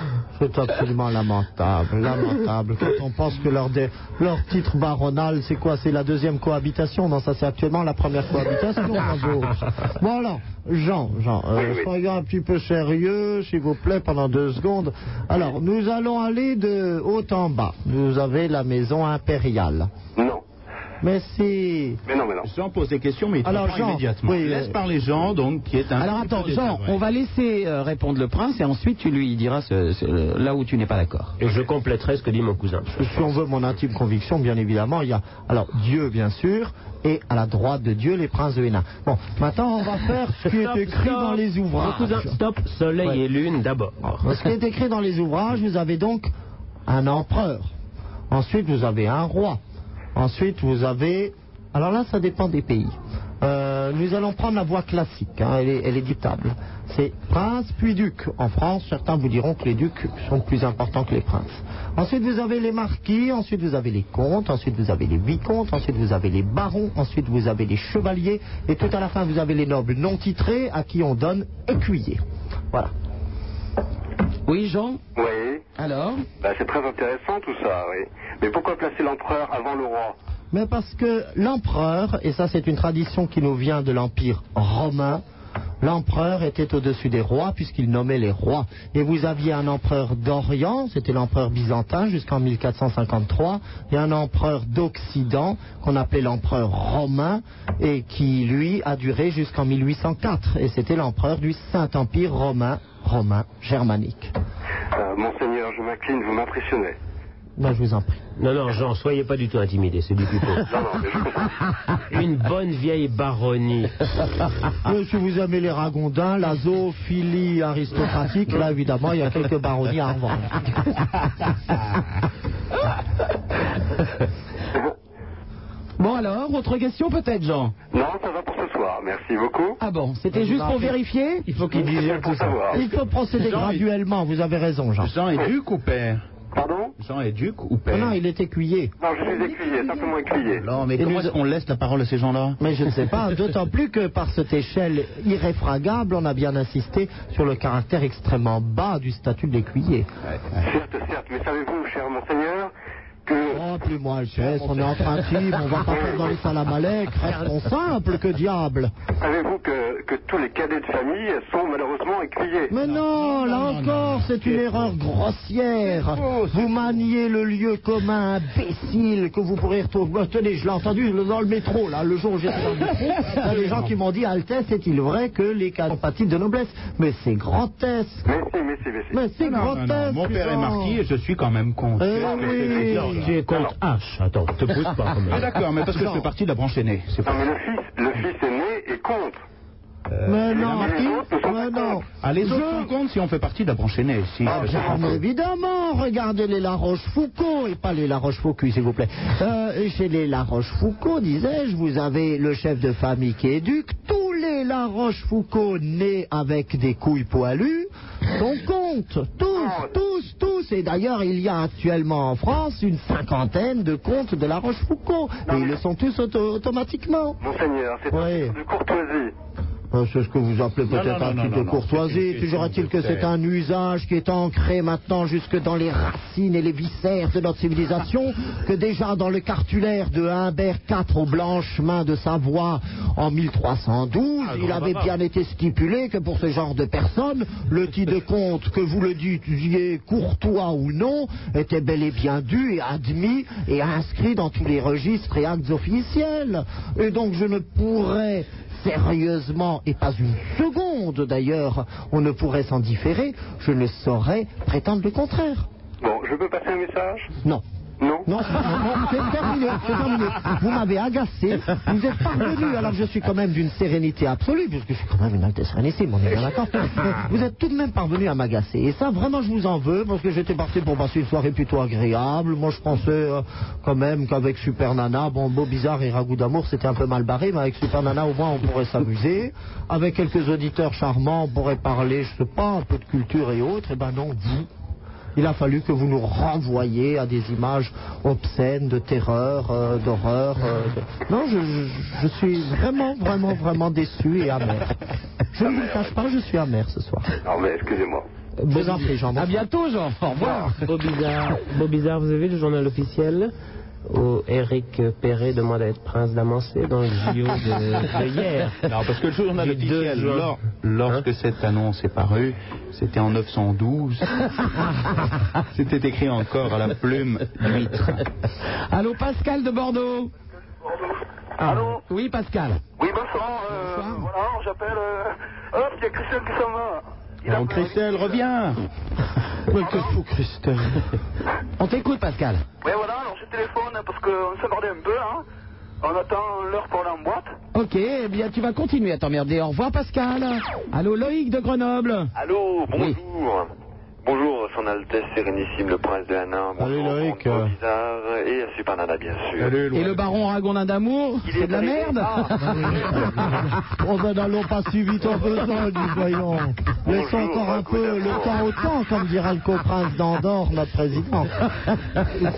Speaker 4: C'est absolument lamentable, lamentable. Quand on pense que leur, dé- leur titre baronal, c'est quoi C'est la deuxième cohabitation Non, ça c'est actuellement la première cohabitation. sans doute. bon alors, Jean, Jean, euh,
Speaker 11: Oui, oui.
Speaker 4: soyons un petit peu sérieux, s'il vous plaît, pendant deux secondes. Alors, nous allons aller de haut en bas. Vous avez la maison impériale.
Speaker 11: Non.
Speaker 4: Mais c'est...
Speaker 11: Mais non, mais non.
Speaker 5: Jean pose des questions, mais il te
Speaker 4: Alors,
Speaker 5: répond
Speaker 4: Jean,
Speaker 5: immédiatement.
Speaker 4: oui,
Speaker 5: Laisse
Speaker 4: euh,
Speaker 5: parler Jean, donc, qui est un.
Speaker 3: Alors attends, Jean, on va laisser euh, répondre le prince et ensuite tu lui diras ce- ce- là où tu n'es pas d'accord.
Speaker 10: Et je compléterai ce que dit mon cousin.
Speaker 4: Euh, Si on veut mon intime conviction, bien évidemment, il y a alors Dieu, bien sûr, et à la droite de Dieu, les princes de Hénin. Bon, maintenant, on va faire ce qui est écrit dans les
Speaker 10: Mon cousin,
Speaker 4: ouvrages.
Speaker 10: stop, soleil
Speaker 4: Ouais.
Speaker 10: et lune d'abord.
Speaker 4: Ce qui est écrit dans les ouvrages, vous avez donc un empereur. Ensuite, vous avez un roi. Ensuite, vous avez. Alors là, ça dépend des pays. Euh, nous allons prendre la voie classique, hein, elle, est, elle est dictable. C'est prince puis duc. En France, certains vous diront que les ducs sont plus importants que les princes. Ensuite, vous avez les marquis, ensuite vous avez les comtes, ensuite vous avez les vicomtes, ensuite vous avez les barons, ensuite vous avez les chevaliers, et tout à la fin, vous avez les nobles non titrés à qui on donne écuyer. Voilà.
Speaker 3: Oui, Jean
Speaker 11: Oui.
Speaker 3: Alors
Speaker 11: Bah, c'est très intéressant tout ça, oui. Mais pourquoi placer l'empereur avant le roi
Speaker 4: Mais parce que l'empereur, et ça c'est une tradition qui nous vient de l'Empire romain, l'empereur était au-dessus des rois puisqu'il nommait les rois. Et vous aviez un empereur d'Orient, c'était l'empereur byzantin jusqu'en 1453, et un empereur d'Occident qu'on appelait l'empereur romain et qui, lui, a duré jusqu'en 1804. Et c'était l'empereur du Saint-Empire romain, romain germanique.
Speaker 11: Euh, Monseigneur, je m'incline, vous m'impressionnez.
Speaker 4: Ben, je vous en prie.
Speaker 10: Non, non, Jean, soyez pas du tout intimidé, c'est du pipeau. Une bonne vieille baronnie.
Speaker 4: Mais si vous aimez les ragondins, la zoophilie aristocratique, là évidemment il y a quelques baronnies à revendre.
Speaker 3: Bon alors, autre question peut-être, Jean
Speaker 11: Non, ça va pour ce soir, merci beaucoup.
Speaker 3: Ah bon, c'était
Speaker 4: Je
Speaker 3: juste
Speaker 4: vous
Speaker 3: pour
Speaker 4: rappelle-
Speaker 3: vérifier
Speaker 10: Il faut qu'il dise
Speaker 11: C'est pour savoir.
Speaker 4: Il faut procéder
Speaker 5: Jean, il-
Speaker 4: graduellement, vous avez raison Jean.
Speaker 5: Jean est duc ou père
Speaker 11: Pardon
Speaker 5: Jean est duc ou
Speaker 4: Non,
Speaker 5: père
Speaker 4: non, il est écuyer.
Speaker 11: Non, je suis écuyer, simplement écuyer.
Speaker 5: Non, mais
Speaker 4: Et
Speaker 5: comment
Speaker 4: nous-
Speaker 5: est-ce qu'on laisse la parole à ces
Speaker 3: Oh,
Speaker 5: gens-là
Speaker 4: Mais je ne sais pas, d'autant plus que par cette échelle irréfragable, on a bien insisté sur le caractère extrêmement bas du statut de l'écuyer.
Speaker 11: Certes, certes, mais savez-vous, cher Monseigneur, que
Speaker 4: Oh, plus moi le geste, on est entre intimes, on va pas faire dans les salles à Malek, restons simples, que diable
Speaker 11: savez-vous que, que tous les cadets de famille sont malheureusement écuyés
Speaker 4: Mais non, là encore, c'est une erreur grossière. Vous maniez le lieu commun, imbécile, que vous pourrez retrouver. Bah, tenez, je l'ai entendu dans le métro, là, le jour où j'étais dans le métro. Il y a des gens qui m'ont dit, Altesse, est-il vrai que les cas ont pâti de noblesse Mais c'est grotesque.
Speaker 11: Mais si, mais si, mais si.
Speaker 4: Mais c'est
Speaker 5: Non, non,
Speaker 4: grotesque.
Speaker 5: non, mon père est
Speaker 4: Jean.
Speaker 5: marquis et je suis quand même con.
Speaker 4: Eh oui.
Speaker 10: J'ai compte H. Attends, te pousse pas quand
Speaker 5: Ah,
Speaker 10: même.
Speaker 5: d'accord, mais parce que je
Speaker 4: Non.
Speaker 5: fais partie de la branche aînée. C'est
Speaker 11: Non,
Speaker 5: pas...
Speaker 11: mais le fils, le fils aîné est contre.
Speaker 5: Euh,
Speaker 4: Mais non,
Speaker 11: mais les autres sont pas
Speaker 4: mais non.
Speaker 11: contre.
Speaker 5: Ah, les autres
Speaker 4: Je-
Speaker 5: sont contre si on fait partie de la branche aînée. Si,
Speaker 4: Ah, bien évidemment, regardez les La Rochefoucauld, et pas les La Rochefoucauld, s'il vous plaît. Euh, chez les La Rochefoucauld, disais-je, vous avez le chef de famille qui est duc. Tous les La Rochefoucauld nés avec des couilles poilues sont comptes. Tous, tous, tous. Et d'ailleurs, il y a actuellement en France une cinquantaine de comptes de La Rochefoucauld. Et ils le sont tous auto- automatiquement.
Speaker 11: Monseigneur, c'est un
Speaker 4: Oui.
Speaker 11: titre de courtoisie.
Speaker 4: Euh, C'est ce que vous appelez
Speaker 5: Non,
Speaker 4: peut-être
Speaker 5: non,
Speaker 4: un
Speaker 5: non, non,
Speaker 4: type de
Speaker 5: non, c'est une
Speaker 4: courtoisie.
Speaker 5: question
Speaker 4: Toujours est-il que
Speaker 5: de
Speaker 4: c'est
Speaker 5: terre.
Speaker 4: un usage qui est ancré maintenant jusque dans les racines et les viscères de notre civilisation, que déjà dans le cartulaire de Humbert IV aux blanches mains de Savoie en 1312,
Speaker 10: Ah, non,
Speaker 4: il
Speaker 10: bah,
Speaker 4: avait
Speaker 10: bah.
Speaker 4: bien été stipulé que pour ce genre de personnes, le titre de compte, que vous le disiez courtois ou non, était bel et bien dû et admis et inscrit dans tous les registres et actes officiels. Et donc je ne pourrais sérieusement, et pas une seconde d'ailleurs, on ne pourrait s'en différer, je ne saurais prétendre le contraire.
Speaker 11: Bon, je peux passer un message
Speaker 4: Non.
Speaker 11: Non
Speaker 4: Non, non, c'est terminé, c'est terminé. Vous m'avez agacé, vous êtes parvenu, alors je suis quand même d'une sérénité absolue, puisque je suis quand même une altesse sérénissime, on est bien d'accord. Mais Vous êtes tout de même parvenu à m'agacer, et ça vraiment je vous en veux, parce que j'étais parti pour passer une soirée plutôt agréable. Moi je pensais euh, quand même qu'avec Super Nana, bon, Beau Bizarre et Ragout d'Amour c'était un peu mal barré, mais avec Super Nana au moins on pourrait s'amuser. Avec quelques auditeurs charmants, on pourrait parler, je sais pas, un peu de culture et autres, et ben non, vous. Il a fallu que vous nous renvoyiez à des images obscènes, de terreur, euh, d'horreur. euh, de- Non, je, je- je suis vraiment, vraiment, vraiment déçu et amer. Je ne vous le cache pas, je suis amer ce soir.
Speaker 11: Non, mais excusez-moi.
Speaker 4: Vous en prie, Jean.
Speaker 3: À bientôt, Jean. Au revoir.
Speaker 10: Beau bizarre. Beau bizarre, vous avez le journal officiel où Eric Perret demande à être prince d'Amancé dans le JO de, de hier.
Speaker 5: Non, parce que le journal
Speaker 10: Du deux
Speaker 5: officiel, hein.
Speaker 10: juin.
Speaker 5: lors- lorsque cette annonce est parue, c'était en 912. c'était écrit encore à la plume huître.
Speaker 4: Ah.
Speaker 3: Allô, Pascal de Bordeaux
Speaker 6: Ah.
Speaker 3: Ah.
Speaker 6: Allô
Speaker 3: Oui, Pascal.
Speaker 6: Oui, bonsoir. euh, Voilà, j'appelle. euh, Hop, il y a Christian qui s'en va. Il
Speaker 5: Bon,
Speaker 6: appelle-
Speaker 5: Christelle, reviens
Speaker 4: Oh,
Speaker 5: Mais que fou, Christelle
Speaker 3: On t'écoute, Pascal.
Speaker 6: Ouais, voilà, alors je téléphone parce qu'on s'emmerdait un peu, hein. On attend l'heure pour aller en boîte.
Speaker 3: Ok, eh bien, tu vas continuer à t'emmerder. Au revoir, Pascal. Allô, Loïc de Grenoble.
Speaker 7: Allô, bonjour. Bonjour, Son Altesse Sérénissime, le Prince de Hanin. Bonjour,
Speaker 4: Salut, Loïc.
Speaker 7: Bonjour, Bizarre et à Super Nana, bien sûr.
Speaker 3: Et le baron Ragondin d'amour,
Speaker 7: Il
Speaker 3: c'est
Speaker 7: est
Speaker 3: de la
Speaker 7: arrivé-
Speaker 3: merde
Speaker 7: Ah,
Speaker 4: On va n'allons pas si vite en besogne, voyons. Laissons
Speaker 7: Bonjour,
Speaker 4: encore un
Speaker 7: Ragout
Speaker 4: peu le
Speaker 7: d'abord.
Speaker 4: temps au temps, comme dira le coprince d'Andorre, notre président.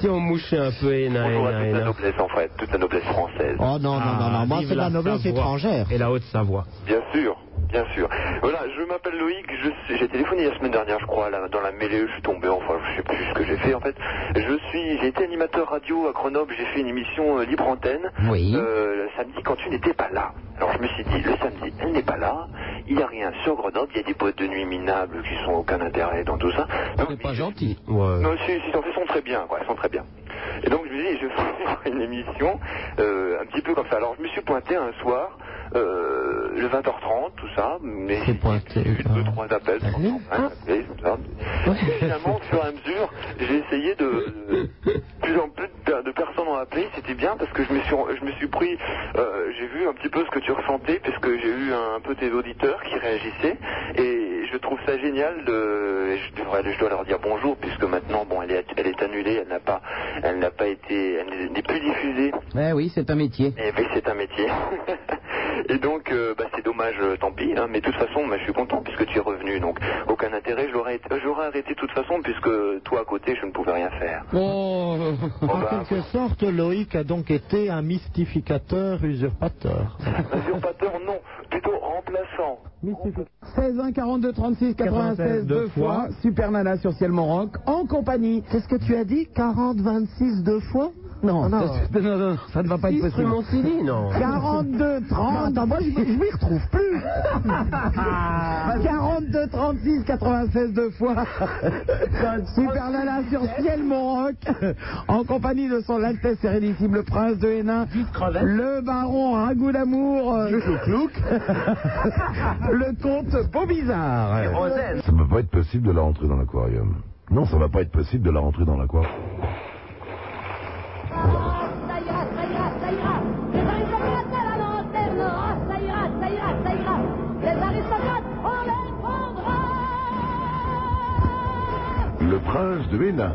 Speaker 10: Si on mouchait un peu, Héna,
Speaker 7: Bonjour à toute
Speaker 10: Héna,
Speaker 7: la
Speaker 10: Héna.
Speaker 7: noblesse, en fait, toute la noblesse française.
Speaker 4: Oh non, non, non, non, moi
Speaker 10: Ah, vive
Speaker 4: c'est la noblesse
Speaker 10: Savoie
Speaker 4: étrangère.
Speaker 10: Et la Haute-Savoie.
Speaker 7: Bien sûr, bien sûr. Voilà, je m'appelle Loïc, je suis- j'ai téléphoné la semaine dernière, je crois, là, dans la mêlée, je suis tombé, enfin, je sais plus ce que j'ai fait, en fait. Je suis, j'ai été animateur radio à Grenoble, j'ai fait une émission euh, libre antenne,
Speaker 3: Oui.
Speaker 7: euh, le samedi, quand tu n'étais pas là. Alors, je me suis dit, le samedi, elle n'est pas là, il n'y a rien sur Grenoble, il y a des boîtes de nuit minables qui sont aucun intérêt dans tout ça. Donc,
Speaker 12: C'est pas gentil.
Speaker 7: non, si, si, en fait, ils sont très bien, quoi, ils sont très bien. Et donc, je me dis, je vais faire une émission euh, un petit peu comme ça. Alors, je me suis pointé un soir, euh, le 20h30, tout ça, mais j'ai eu
Speaker 3: ah.
Speaker 7: deux, trois appels, trois, un appel, tout ça. Et Finalement, au fur et à mesure, j'ai essayé de... de- plus en plus de, per- de personnes ont appelé, c'était bien, parce que je me suis, je me suis pris... euh, j'ai vu un petit peu ce que tu ressentais, puisque j'ai eu un peu tes auditeurs qui réagissaient, et je trouve ça génial de... et Je, devrais, je dois leur dire bonjour, puisque maintenant, bon, elle est, elle est annulée, elle n'a pas... Elle n'a pas été... Elle n'est plus diffusée.
Speaker 3: Eh oui, c'est un métier.
Speaker 7: Et oui, c'est un métier. Et donc, euh, bah, c'est dommage, euh, tant pis. hein, mais de toute façon, bah, je suis content puisque tu es revenu. Donc, aucun intérêt. Je l'aurais, euh, j'aurais arrêté de toute façon puisque toi à côté, je ne pouvais rien faire.
Speaker 4: Oh.
Speaker 3: ben,
Speaker 7: Bon,
Speaker 4: En
Speaker 7: bah,
Speaker 4: quelque sorte, Loïc a donc été un mystificateur usurpateur.
Speaker 7: Usurpateur, non. Plutôt remplaçant.
Speaker 3: 16 1 42 36 96 deux fois Super Nana sur Ciel Rock en compagnie.
Speaker 4: Qu'est-ce que tu as dit 40 26 deux fois
Speaker 3: Non,
Speaker 4: Ah, non.
Speaker 3: Ça, non, non, ça ne va pas être possible.
Speaker 12: Instrumentini, non.
Speaker 3: 42 30
Speaker 4: attends, moi je je m'y retrouve plus.
Speaker 3: 42 36 96 deux fois Super Nana sur Ciel Rock en compagnie de son Altesse Sérénissime le Prince de Hénin le Baron à un goût d'amour euh, le Comte Beaubizarre
Speaker 6: Ça ne peut pas être possible de la rentrer dans l'aquarium. Non, ça ne va pas être possible de la rentrer dans l'aquarium.
Speaker 2: Ah, ça ira, ça ira, ça ira. Les aristocrates à la lanterne, ah, ça ira, ça ira, ça ira. Les aristocrates, on les prendra.
Speaker 6: Le prince de Hénin.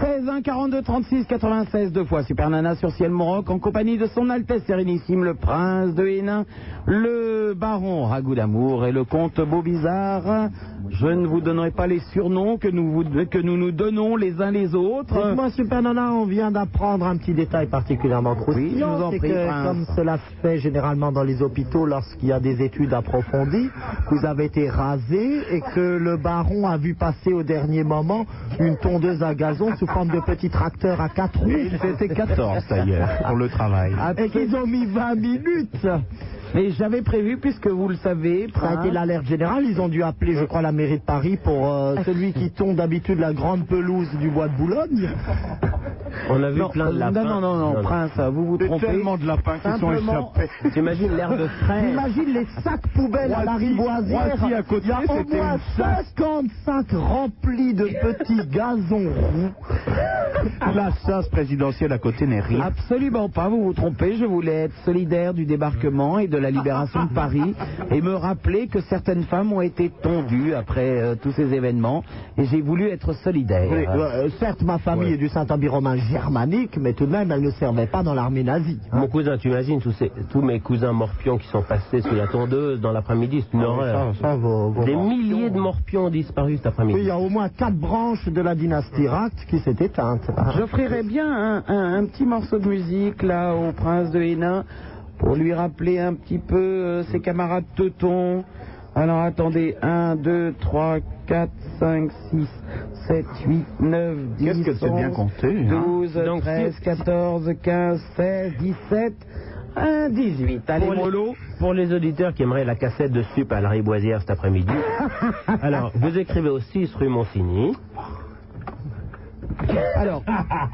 Speaker 3: 16 1 42 36 96 deux fois Super Nana sur Ciel Moroc en compagnie de son Altesse Sérénissime le Prince de Hénin, le Baron Ragout d'Amour et le Comte Beaubizarre. Je ne vous donnerai pas les surnoms que nous, vous- que nous nous donnons les uns les autres.
Speaker 4: Dites-moi, Super Nana, on vient d'apprendre un petit détail particulièrement
Speaker 3: Oui, je
Speaker 4: croustillant.
Speaker 3: vous en
Speaker 4: c'est
Speaker 3: prie,
Speaker 4: que,
Speaker 3: prince.
Speaker 4: comme cela se fait généralement dans les hôpitaux lorsqu'il y a des études approfondies, vous avez été rasé et que le baron a vu passer au dernier moment une tondeuse à gazon sous forme de petit tracteur à quatre roues. Ah,
Speaker 13: Et ils étaient 14 d'ailleurs pour le travail.
Speaker 5: Ah,
Speaker 4: Et qu'ils ont mis 20 minutes.
Speaker 3: Mais j'avais prévu, puisque vous le savez,
Speaker 4: Ça a
Speaker 3: prince,
Speaker 4: été l'alerte générale. Ils ont dû appeler, je crois, la mairie de Paris pour euh,
Speaker 3: Ah.
Speaker 4: celui qui tombe d'habitude la grande pelouse du bois de Boulogne.
Speaker 12: On a vu
Speaker 3: non,
Speaker 12: plein de
Speaker 5: euh,
Speaker 3: non,
Speaker 12: lapins.
Speaker 3: non, non, non, prince, vous vous trompez.
Speaker 13: de lapins
Speaker 3: Simplement,
Speaker 12: T'imagines l'herbe fraîche.
Speaker 4: J'imagine les sacs poubelles à la rivoisière.
Speaker 13: Roissy à côté,
Speaker 4: Il y a au
Speaker 13: c'était
Speaker 4: moins
Speaker 13: une
Speaker 4: 55 remplis de petits gazons roux.
Speaker 13: La chasse présidentielle à côté n'est rien.
Speaker 3: Absolument pas, vous vous trompez. Je voulais être solidaire du débarquement et de la libération de Paris et me rappeler que certaines femmes ont été tondues après euh, tous ces événements et j'ai voulu être solidaire.
Speaker 4: Oui, euh, certes, ma famille est du Saint-Empire romain germanique, mais tout de même, elle ne servait pas dans l'armée nazie. hein.
Speaker 12: Mon cousin, tu imagines tous, ces- tous mes cousins morpions qui sont passés sous la tondeuse dans l'après-midi, c'est une horreur.
Speaker 4: Ah, Ça, vos- vos hein.
Speaker 12: Des
Speaker 4: morts.
Speaker 12: milliers de morpions ont disparu cet
Speaker 4: Oui, il
Speaker 12: après-midi.
Speaker 4: y a au moins quatre branches de la dynastie Ract qui s'est éteinte.
Speaker 3: J'offrirais bien un, un- un petit morceau de musique là au prince de Hénin pour lui rappeler un petit peu euh, ses camarades teutons. Alors attendez, 1, 2, 3, 4, 5, 6, 7, 8, 9, 10,
Speaker 13: Qu'est-ce que c'est bien compté, hein
Speaker 3: 12,
Speaker 12: Donc,
Speaker 3: 13, 14, 15, 16, 17, 1, 18. Allez,
Speaker 12: Pour les-
Speaker 3: mollo.
Speaker 12: Pour les auditeurs qui aimeraient la cassette de Sup à la Riboisière cet après-midi, alors vous écrivez aussi rue Monsigny.
Speaker 4: Alors,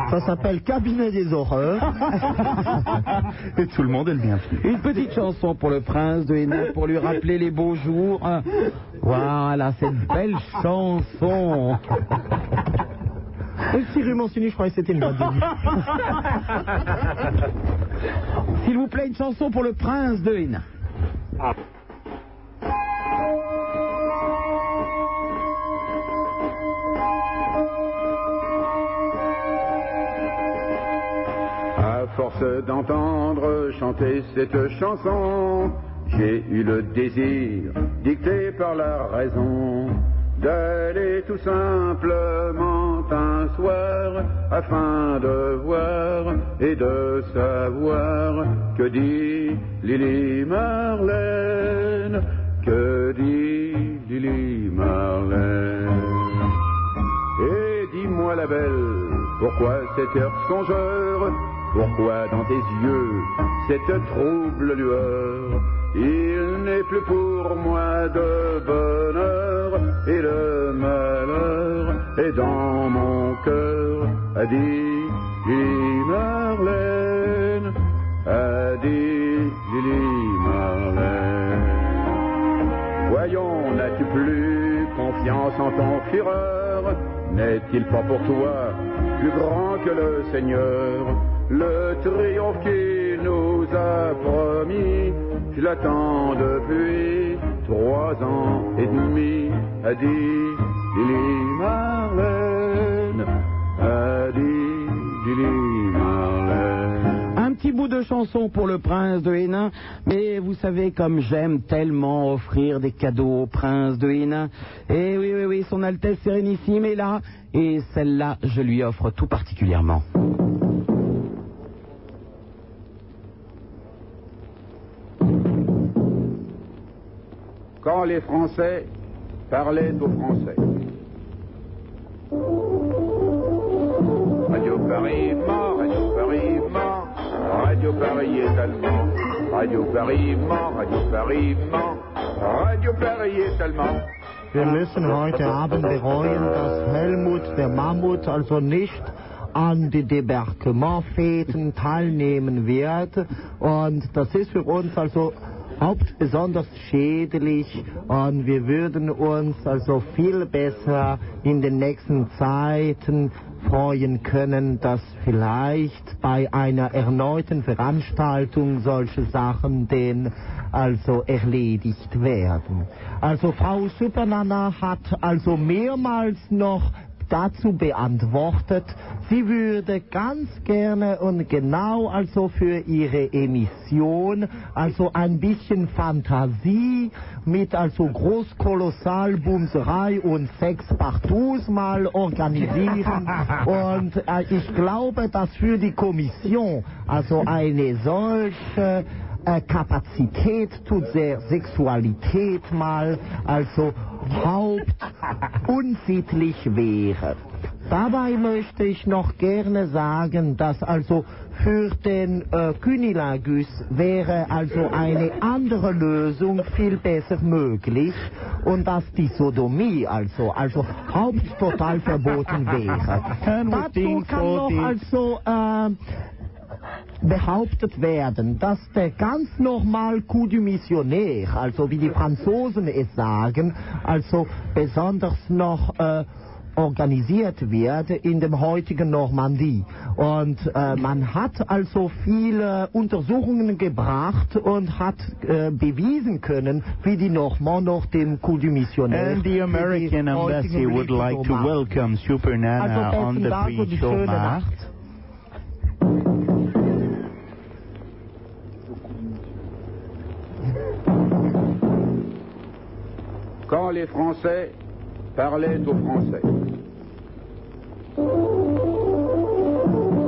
Speaker 4: ça s'appelle Cabinet des horreurs.
Speaker 13: Et tout le monde est le bienvenu.
Speaker 3: Une petite chanson pour le prince de Hénin pour lui rappeler les beaux jours. Voilà, cette belle chanson.
Speaker 4: Et si Rue Mancini, je croyais que c'était le mois de mai.
Speaker 3: S'il vous plaît, une chanson pour le prince de Hénin.
Speaker 5: À force d'entendre chanter cette chanson, j'ai eu le désir, dicté par la raison, d'aller tout simplement un soir afin de voir et de savoir que dit Lily Marlène, que dit Lily Marlène. Et dis-moi la belle, pourquoi cette heure songeur Pourquoi dans tes yeux cette trouble lueur. Il n'est plus pour moi de bonheur et le malheur est dans mon cœur. A dit Julie Marlène, a dit Julie Marlène. Voyons, n'as-tu plus confiance en ton fureur N'est-il pas pour toi plus grand que le Seigneur Le triomphe qui nous a promis, je l'attends depuis trois ans et demi, a dit Lily Marlène, a dit Lily Marlène.
Speaker 3: Un petit bout de chanson pour le prince de Hénin, mais vous savez comme j'aime tellement offrir des cadeaux au prince de Hénin. Et oui, oui, oui, son Altesse Sérénissime est là, et celle-là, je lui offre tout particulièrement.
Speaker 5: Quand les Français parlaient aux Français. Radio Paris est mort, Radio Paris est mort, Radio Paris est allemand. Radio Paris est mort, Radio Paris est mort, Radio Paris est allemand.
Speaker 4: Wir müssen heute Abend bereuen, dass Helmut der Mammut also nicht an die Debarkementfäden teilnehmen wird. Und das ist für uns also haupt besonders schädlich und wir würden uns also viel besser in den nächsten Zeiten freuen können, dass vielleicht bei einer erneuten Veranstaltung solche Sachen denn also erledigt werden. Also Frau Supernana hat also mehrmals noch dazu beantwortet, sie würde ganz gerne und genau also für ihre Emission also ein bisschen Fantasie mit also großkolossal Bumserei und Sex partout mal organisieren und äh, ich glaube, dass für die Kommission also eine solche äh, Kapazität tut der Sexualität mal also Haupt unsittlich wäre. Dabei möchte ich noch gerne sagen, dass also für den äh, Kynilagus wäre also eine andere Lösung viel besser möglich und dass die Sodomie also, also haupttotal verboten wäre. Dazu kann noch also äh, behauptet werden, dass der ganz normal coup du missionnaire, also wie die Franzosen es sagen, also besonders noch äh, organisiert wird in dem heutigen Normandie. Und äh, man hat also viele Untersuchungen gebracht und hat äh, bewiesen können, wie die Normands noch dem coup du missionnaire.
Speaker 14: And the American Embassy would like to welcome Super Nana
Speaker 4: Also
Speaker 14: on
Speaker 4: besten
Speaker 14: the
Speaker 4: Dank und
Speaker 14: free
Speaker 4: die
Speaker 14: show
Speaker 4: schöne
Speaker 14: mark.
Speaker 4: Nacht.
Speaker 5: Quand les Français parlaient aux Français.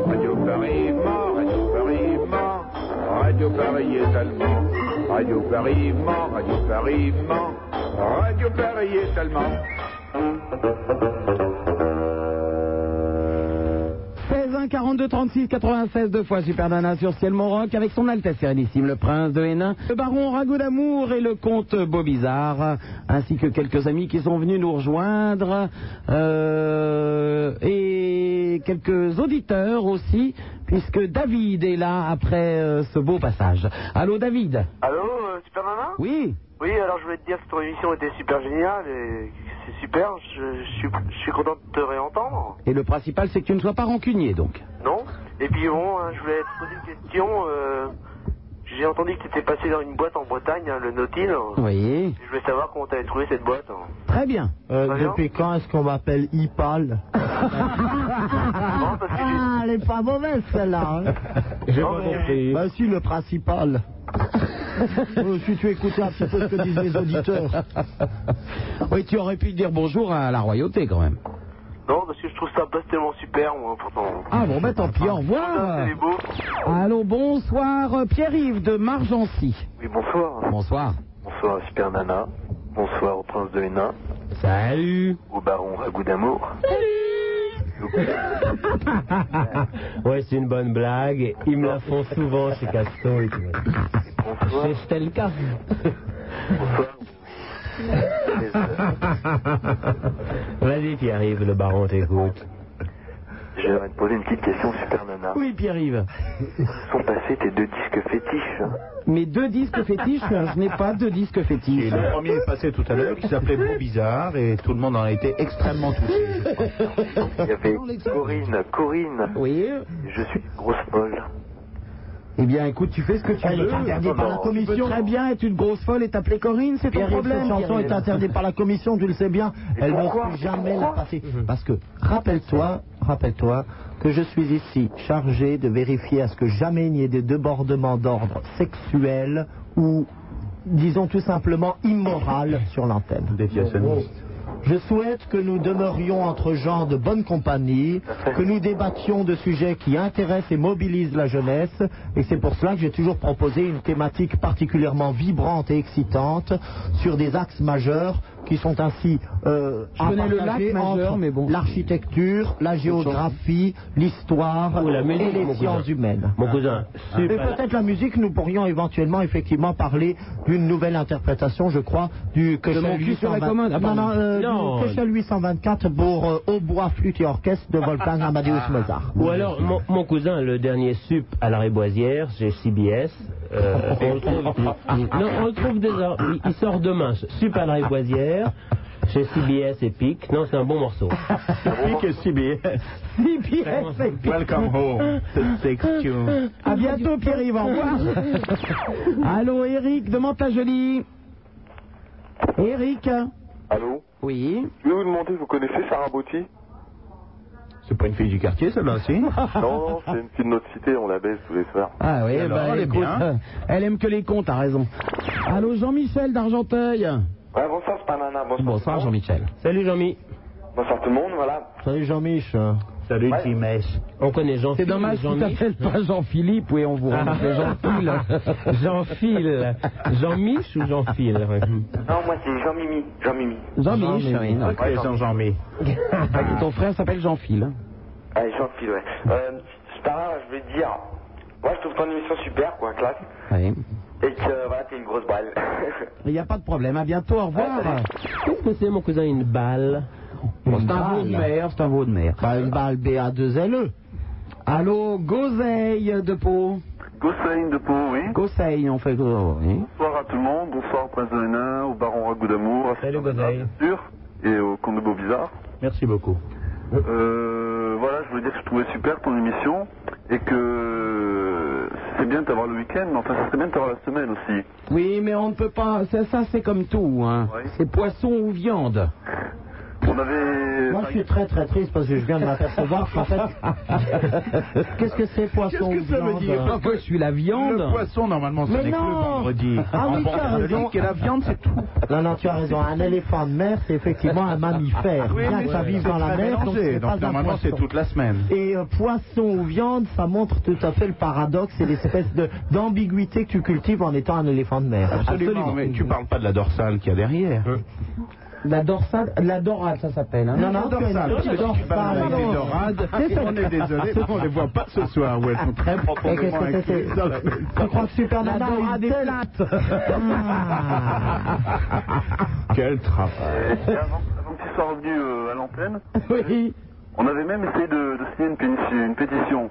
Speaker 5: Radio Paris est mort, Radio Paris est mort, Radio Paris est allemand. Radio Paris est mort, Radio Paris est mort, Radio Paris est allemand.
Speaker 3: 16 1 42 36 96 deux fois Super Nana sur Ciel Mont-Roc avec son Altesse Sérénissime le Prince de Hénin, le Baron Rago d'Amour et le Comte Bobizard ainsi que quelques amis qui sont venus nous rejoindre euh, et quelques auditeurs aussi puisque David est là après euh, ce beau passage. Allô David
Speaker 7: Allô, euh, Super Nana
Speaker 3: Oui
Speaker 7: Oui, alors je voulais te dire que ton émission était super géniale et c'est super, je, je suis, je suis content de te réentendre,
Speaker 3: Et le principal c'est que tu ne sois pas rancunier donc.
Speaker 7: non Et puis bon, hein, je voulais te poser une question, euh, j'ai entendu que tu étais passé dans une boîte en Bretagne, hein, le Nautil,
Speaker 3: Oui.
Speaker 7: je voulais savoir comment t'avais trouvé cette boîte. hein.
Speaker 3: Très bien.
Speaker 4: depuis quand est-ce qu'on m'appelle IPAL Ah, elle est pas mauvaise celle-là. hein.
Speaker 15: J'ai pas compris.
Speaker 4: Bah si, le principal. Euh, si tu écoutais un petit peu ce que disent les auditeurs.
Speaker 3: Oui tu aurais pu dire bonjour à la royauté quand même.
Speaker 7: Non, parce que je trouve ça passe tellement super, moi, pourtant.
Speaker 3: Ah bon, ben tant pis, au revoir. Allô, bonsoir, euh, Pierre-Yves de Margency.
Speaker 7: Oui, bonsoir.
Speaker 3: Bonsoir.
Speaker 7: Bonsoir à Super Nana, bonsoir au Prince de Hénin.
Speaker 3: Salut
Speaker 7: Au Baron Ragout d'Amour.
Speaker 10: ouais, c'est une bonne blague. Ils me la font souvent chez Casto et tout. Chez Stelka. Vas-y, Pierre-Yves, le baron t'écoute.
Speaker 16: J'aimerais te poser une petite question, Super Nana.
Speaker 3: Oui, Pierre-Yves.
Speaker 16: Sont passés tes deux disques fétiches hein
Speaker 3: Mes deux disques fétiches, je n'ai pas de disques fétiches.
Speaker 5: Et le premier est passé tout à l'heure qui s'appelait Beau Bizarre et tout le monde en a été extrêmement touché.
Speaker 16: Il y avait Corinne, Corinne.
Speaker 3: Oui.
Speaker 16: Je suis grosse folle.
Speaker 3: Eh bien, écoute, tu fais ce que tu
Speaker 16: Elle est
Speaker 3: veux.
Speaker 16: interdite par la commission.
Speaker 3: Tu peux très bien être une grosse folle et t'appeler Corinne, c'est ton
Speaker 4: Pierre-Yves,
Speaker 3: problème.
Speaker 4: cette chanson est interdite par la commission, tu le sais bien. Elle ne peut jamais la passer.
Speaker 16: Mmh.
Speaker 4: Parce que, rappelle-toi, rappelle-toi que je suis ici chargé de vérifier à ce que jamais il n'y ait des débordements d'ordre sexuel ou, disons tout simplement, immoral sur l'antenne. Je souhaite que nous demeurions entre gens de bonne compagnie, que nous débattions de sujets qui intéressent et mobilisent la jeunesse, et c'est pour cela que j'ai toujours proposé une thématique particulièrement vibrante et excitante sur des axes majeurs qui sont ainsi euh,
Speaker 3: Je connais le
Speaker 4: partager
Speaker 3: lac majeur,
Speaker 4: entre
Speaker 3: mais bon.
Speaker 4: l'architecture, la géographie, l'histoire
Speaker 10: Ou la musique,
Speaker 4: et
Speaker 10: mon
Speaker 4: les
Speaker 10: cousin.
Speaker 4: sciences humaines.
Speaker 10: Mon cousin,
Speaker 4: Et
Speaker 10: super.
Speaker 4: peut-être la musique, nous pourrions éventuellement effectivement parler d'une nouvelle interprétation, je crois, du que
Speaker 3: De mon cul sur la commode. Ah,
Speaker 4: non,
Speaker 3: pardon.
Speaker 4: non, euh,
Speaker 10: Non.
Speaker 4: du Köchel 824 pour euh, hautbois, flûte et orchestre de Wolfgang Amadeus Mozart.
Speaker 10: Ou alors, mon, mon cousin, le dernier sup à la Réboisière, j'ai CBS. euh, on, le trouve, non, on le trouve désor- Il, il sort demain. Sup à la Réboisière, chez CBS et Pic. Non, c'est un bon morceau.
Speaker 5: Pic et CBS.
Speaker 3: CBS et Pic.
Speaker 5: Welcome home. Cette section.
Speaker 3: À bientôt, Pierre-Yves, au revoir. Allô, Eric, demande ta jolie. Eric
Speaker 6: Allô
Speaker 3: Oui.
Speaker 6: Je vais vous demander, vous connaissez Sarah Botti
Speaker 5: C'est pas une fille du quartier, celle-là, si
Speaker 6: Non, non, c'est une fille de notre cité, on la baisse tous les soirs.
Speaker 3: Ah oui,
Speaker 5: Et alors,
Speaker 3: bah,
Speaker 5: elle est
Speaker 3: écoute,
Speaker 5: bien.
Speaker 3: euh, elle aime que les cons, t'as raison. Allô, Jean-Michel d'Argenteuil.
Speaker 6: Ouais, bonsoir, c'est pas Nana, bonsoir.
Speaker 3: Bonsoir, Jean-Michel.
Speaker 10: Salut, Jean-Mi.
Speaker 6: Bonsoir tout le monde, voilà.
Speaker 4: Salut Jean-Mich.
Speaker 5: Salut,
Speaker 6: Ouais.
Speaker 5: Timesh.
Speaker 10: On connaît Jean-Phil.
Speaker 3: C'est dommage
Speaker 10: Jean-Mi. Ah.
Speaker 3: qu'on t'appelle pas Jean-Philippe, oui, on vous remet Jean-Phil.
Speaker 10: Jean-Phil. Jean-Mich ou Jean-Phil
Speaker 17: Non, moi c'est Jean-Mimi. Jean-Mimi.
Speaker 3: Jean-Mich, oui, non.
Speaker 5: Ok, Jean-Jean-Mi.
Speaker 3: Ton frère s'appelle Jean-Phil. hein.
Speaker 17: Allez, Jean-Phil, ouais. Euh, Stara, je vais te dire, moi je trouve ton émission super, quoi, classe.
Speaker 3: Oui.
Speaker 17: Et que euh, voilà, t'es une grosse balle.
Speaker 3: Il n'y a pas de problème, à bientôt, au
Speaker 5: Ah,
Speaker 3: revoir.
Speaker 10: Qu'est-ce que c'est, mon cousin, une balle
Speaker 3: Bon, c'est un veau de mer, c'est un veau de mer.
Speaker 4: Bah, une balle BA2LE.
Speaker 3: E. Allô, Goseille de Pau.
Speaker 6: Gosseline de Pau, oui.
Speaker 3: Goseille, on fait Goseille, oui.
Speaker 6: Bonsoir à tout le monde, bonsoir au prince de Hénin, au baron Ragout d'Amour, à
Speaker 10: Salut, Godaille.
Speaker 6: sûr, et au comte de Beaubizarre.
Speaker 5: Merci beaucoup.
Speaker 6: Euh, voilà, je voulais dire que je trouvais super ton émission, et que c'est bien de t'avoir le week-end, mais enfin, ça serait bien de t'avoir la semaine aussi.
Speaker 3: Oui, mais on ne peut pas. Ça, ça, c'est comme tout. Hein.
Speaker 6: Oui.
Speaker 3: C'est poisson ou viande.
Speaker 6: On avait...
Speaker 4: Moi je suis très très triste parce que je viens de m'apercevoir qu'en fait. Qu'est-ce que c'est poisson
Speaker 5: Qu'est-ce que ça veut
Speaker 4: viande
Speaker 5: dire
Speaker 3: Parfois, je suis la viande.
Speaker 5: Le poisson, normalement, ce
Speaker 4: Mais
Speaker 5: n'est que le
Speaker 4: non.
Speaker 5: vendredi.
Speaker 4: Ah
Speaker 5: en
Speaker 4: oui,
Speaker 5: bon
Speaker 4: t'as
Speaker 5: catholique,
Speaker 4: raison.
Speaker 5: et la viande, c'est tout.
Speaker 4: Non, non, tu as raison. Un éléphant de mer, c'est effectivement un mammifère.
Speaker 5: Ah Oui,
Speaker 4: Bien
Speaker 5: mais
Speaker 4: que ça
Speaker 5: c'est
Speaker 4: vive dans la
Speaker 5: très
Speaker 4: mer, donc
Speaker 5: mélangé.
Speaker 4: c'est pas
Speaker 5: Donc,
Speaker 4: un
Speaker 5: normalement, c'est
Speaker 4: poisson.
Speaker 5: toute la semaine.
Speaker 4: Et euh, poisson ou viande, ça montre tout à fait le paradoxe et l'espèce de- d'ambiguïté que tu cultives en étant un éléphant de mer.
Speaker 5: Absolument, Euh, mais tu parles pas de la dorsale qu'il y a derrière.
Speaker 3: La dorsale, la dorade, ça s'appelle. Hein.
Speaker 4: Non, non, tu as une
Speaker 5: dorsale.
Speaker 4: petite
Speaker 5: Tu parles avec les dorades. On est désolé, mais on les voit pas ce soir où elles sont très
Speaker 4: Et qu'est-ce
Speaker 5: profondément
Speaker 4: que c'est
Speaker 5: incluses dans le-
Speaker 4: Tu crois que Super Nana a une telle-
Speaker 5: Ah. Quel travail.
Speaker 6: Et avant, avant que tu sois revenu euh, à l'antenne,
Speaker 3: Oui.
Speaker 6: on avait même essayé de, de signer une, pétition- une pétition.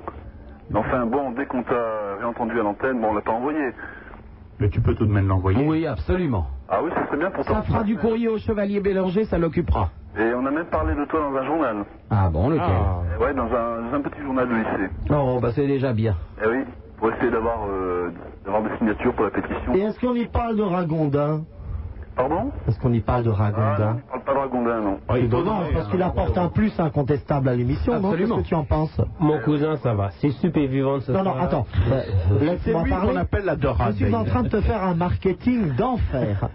Speaker 6: Mais Enfin bon, dès qu'on t'a réentendu à l'antenne, bon, on l'a pas envoyé.
Speaker 5: Mais tu peux tout de même l'envoyer.
Speaker 3: Oui, absolument.
Speaker 6: Ah oui, ça serait bien pour toi.
Speaker 3: Ça fera du courrier au chevalier Bélanger, ça l'occupera.
Speaker 6: Et on a même parlé de toi dans un journal.
Speaker 3: Ah bon, lequel
Speaker 5: Ah.
Speaker 6: Eh Ouais, dans un, dans un petit journal de lycée.
Speaker 3: Oh, bah c'est déjà bien.
Speaker 6: Eh oui, pour essayer d'avoir euh, d'avoir des signatures pour la pétition.
Speaker 4: Et est-ce qu'on y parle de Ragondin
Speaker 6: Pardon
Speaker 4: Est-ce qu'on y parle de
Speaker 6: Ah non,
Speaker 4: Ragondin
Speaker 6: on parle pas de Ragondin, non.
Speaker 5: Oh, il est
Speaker 4: Non,
Speaker 5: dommage,
Speaker 4: Ah, parce
Speaker 5: hein.
Speaker 4: qu'il apporte un plus incontestable à l'émission, non Qu'est-ce
Speaker 3: Absolument.
Speaker 4: que tu en penses
Speaker 10: Mon cousin, ça va. Si Sup est vivante ce
Speaker 4: Non, non,
Speaker 10: soir-là-
Speaker 4: attends. Euh,
Speaker 5: C'est
Speaker 4: Laisse-moi
Speaker 5: lui qu'on
Speaker 4: parler.
Speaker 5: appelle la
Speaker 4: Je
Speaker 5: dorade.
Speaker 4: suis en train de te faire un marketing d'enfer.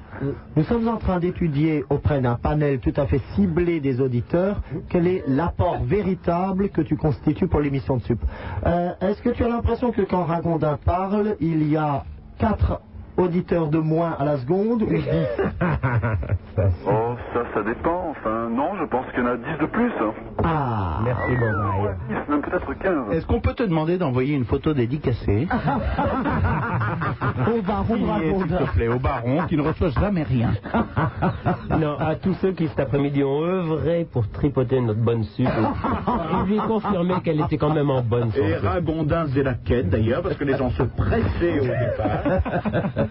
Speaker 4: Nous sommes en train d'étudier auprès d'un panel tout à fait ciblé des auditeurs quel est l'apport véritable que tu constitues pour l'émission de SUP. Euh, Est-ce que tu as l'impression que quand Ragondin parle, il y a quatre auditeurs de moins à la seconde ou dix
Speaker 6: Oh, ça, ça dépend. Enfin, non, je pense qu'il y en a 10 de plus.
Speaker 4: Ah
Speaker 10: Merci, bon
Speaker 18: 15.
Speaker 5: Est-ce qu'on peut te demander d'envoyer une photo dédicacée
Speaker 4: Au baron
Speaker 5: S'il te plaît, au baron qui ne reçoit jamais rien.
Speaker 19: Non, à tous ceux qui cet après-midi ont œuvré pour tripoter notre bonne sup et lui confirmer qu'elle était quand même en bonne
Speaker 18: Et
Speaker 19: santé.
Speaker 18: Ragondin, c'est la quête d'ailleurs, parce que les gens se pressaient au départ.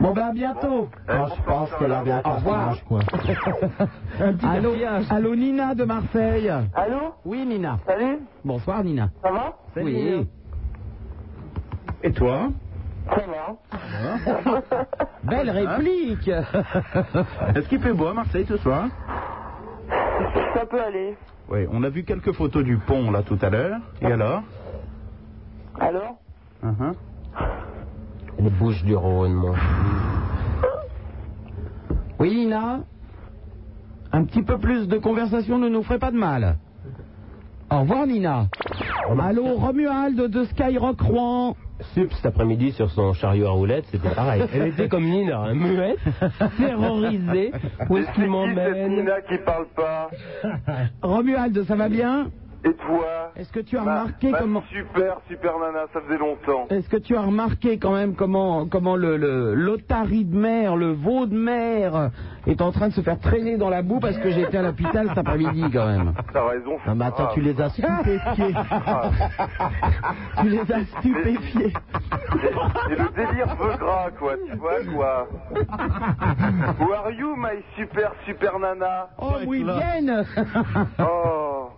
Speaker 4: Bon ben à bientôt. je pense qu'elle a bien
Speaker 3: Au revoir. Un petit allô, allô, Nina de Marseille.
Speaker 9: Allô
Speaker 3: Oui, Nina.
Speaker 9: Salut.
Speaker 3: Bonsoir, Nina.
Speaker 9: Ça va
Speaker 3: Oui.
Speaker 5: Et toi
Speaker 9: Ça va.
Speaker 3: Belle réplique.
Speaker 5: Est-ce qu'il fait beau à Marseille ce soir
Speaker 9: Ça peut aller.
Speaker 5: Oui, on a vu quelques photos du pont là tout à l'heure. Et alors
Speaker 9: Alors
Speaker 5: Uh-huh.
Speaker 19: Les bouches du Rhône, moi.
Speaker 3: Oui, Nina. Un petit peu plus de conversation ne nous ferait pas de mal. Au revoir, Nina. Allô, Romuald de Skyrock Rouen.
Speaker 19: Sup cet après-midi sur son chariot à roulettes, c'était pareil. Elle était comme Nina, hein, muette, terrorisée. Où est-ce qu'il m'emmène
Speaker 7: Nina qui parle pas.
Speaker 3: Romuald, ça va bien
Speaker 7: Et toi
Speaker 3: Est-ce que tu as
Speaker 7: Ma-
Speaker 3: remarqué
Speaker 7: ma
Speaker 3: comment-
Speaker 7: Super, super nana, ça faisait longtemps.
Speaker 3: Est-ce que tu as remarqué quand même comment, comment le, le- l'otarie de mer, le veau de mer est en train de se faire traîner dans la boue parce que j'étais à l'hôpital cet après-midi quand même.
Speaker 7: T'as raison.
Speaker 3: Ah,
Speaker 4: Non mais attends, tu les as stupéfiés. tu les as stupéfiés.
Speaker 7: Et le délire veut gras, quoi, tu vois, quoi. Who are you, my super, super nana
Speaker 3: Oh, oui, viennent
Speaker 7: Oh,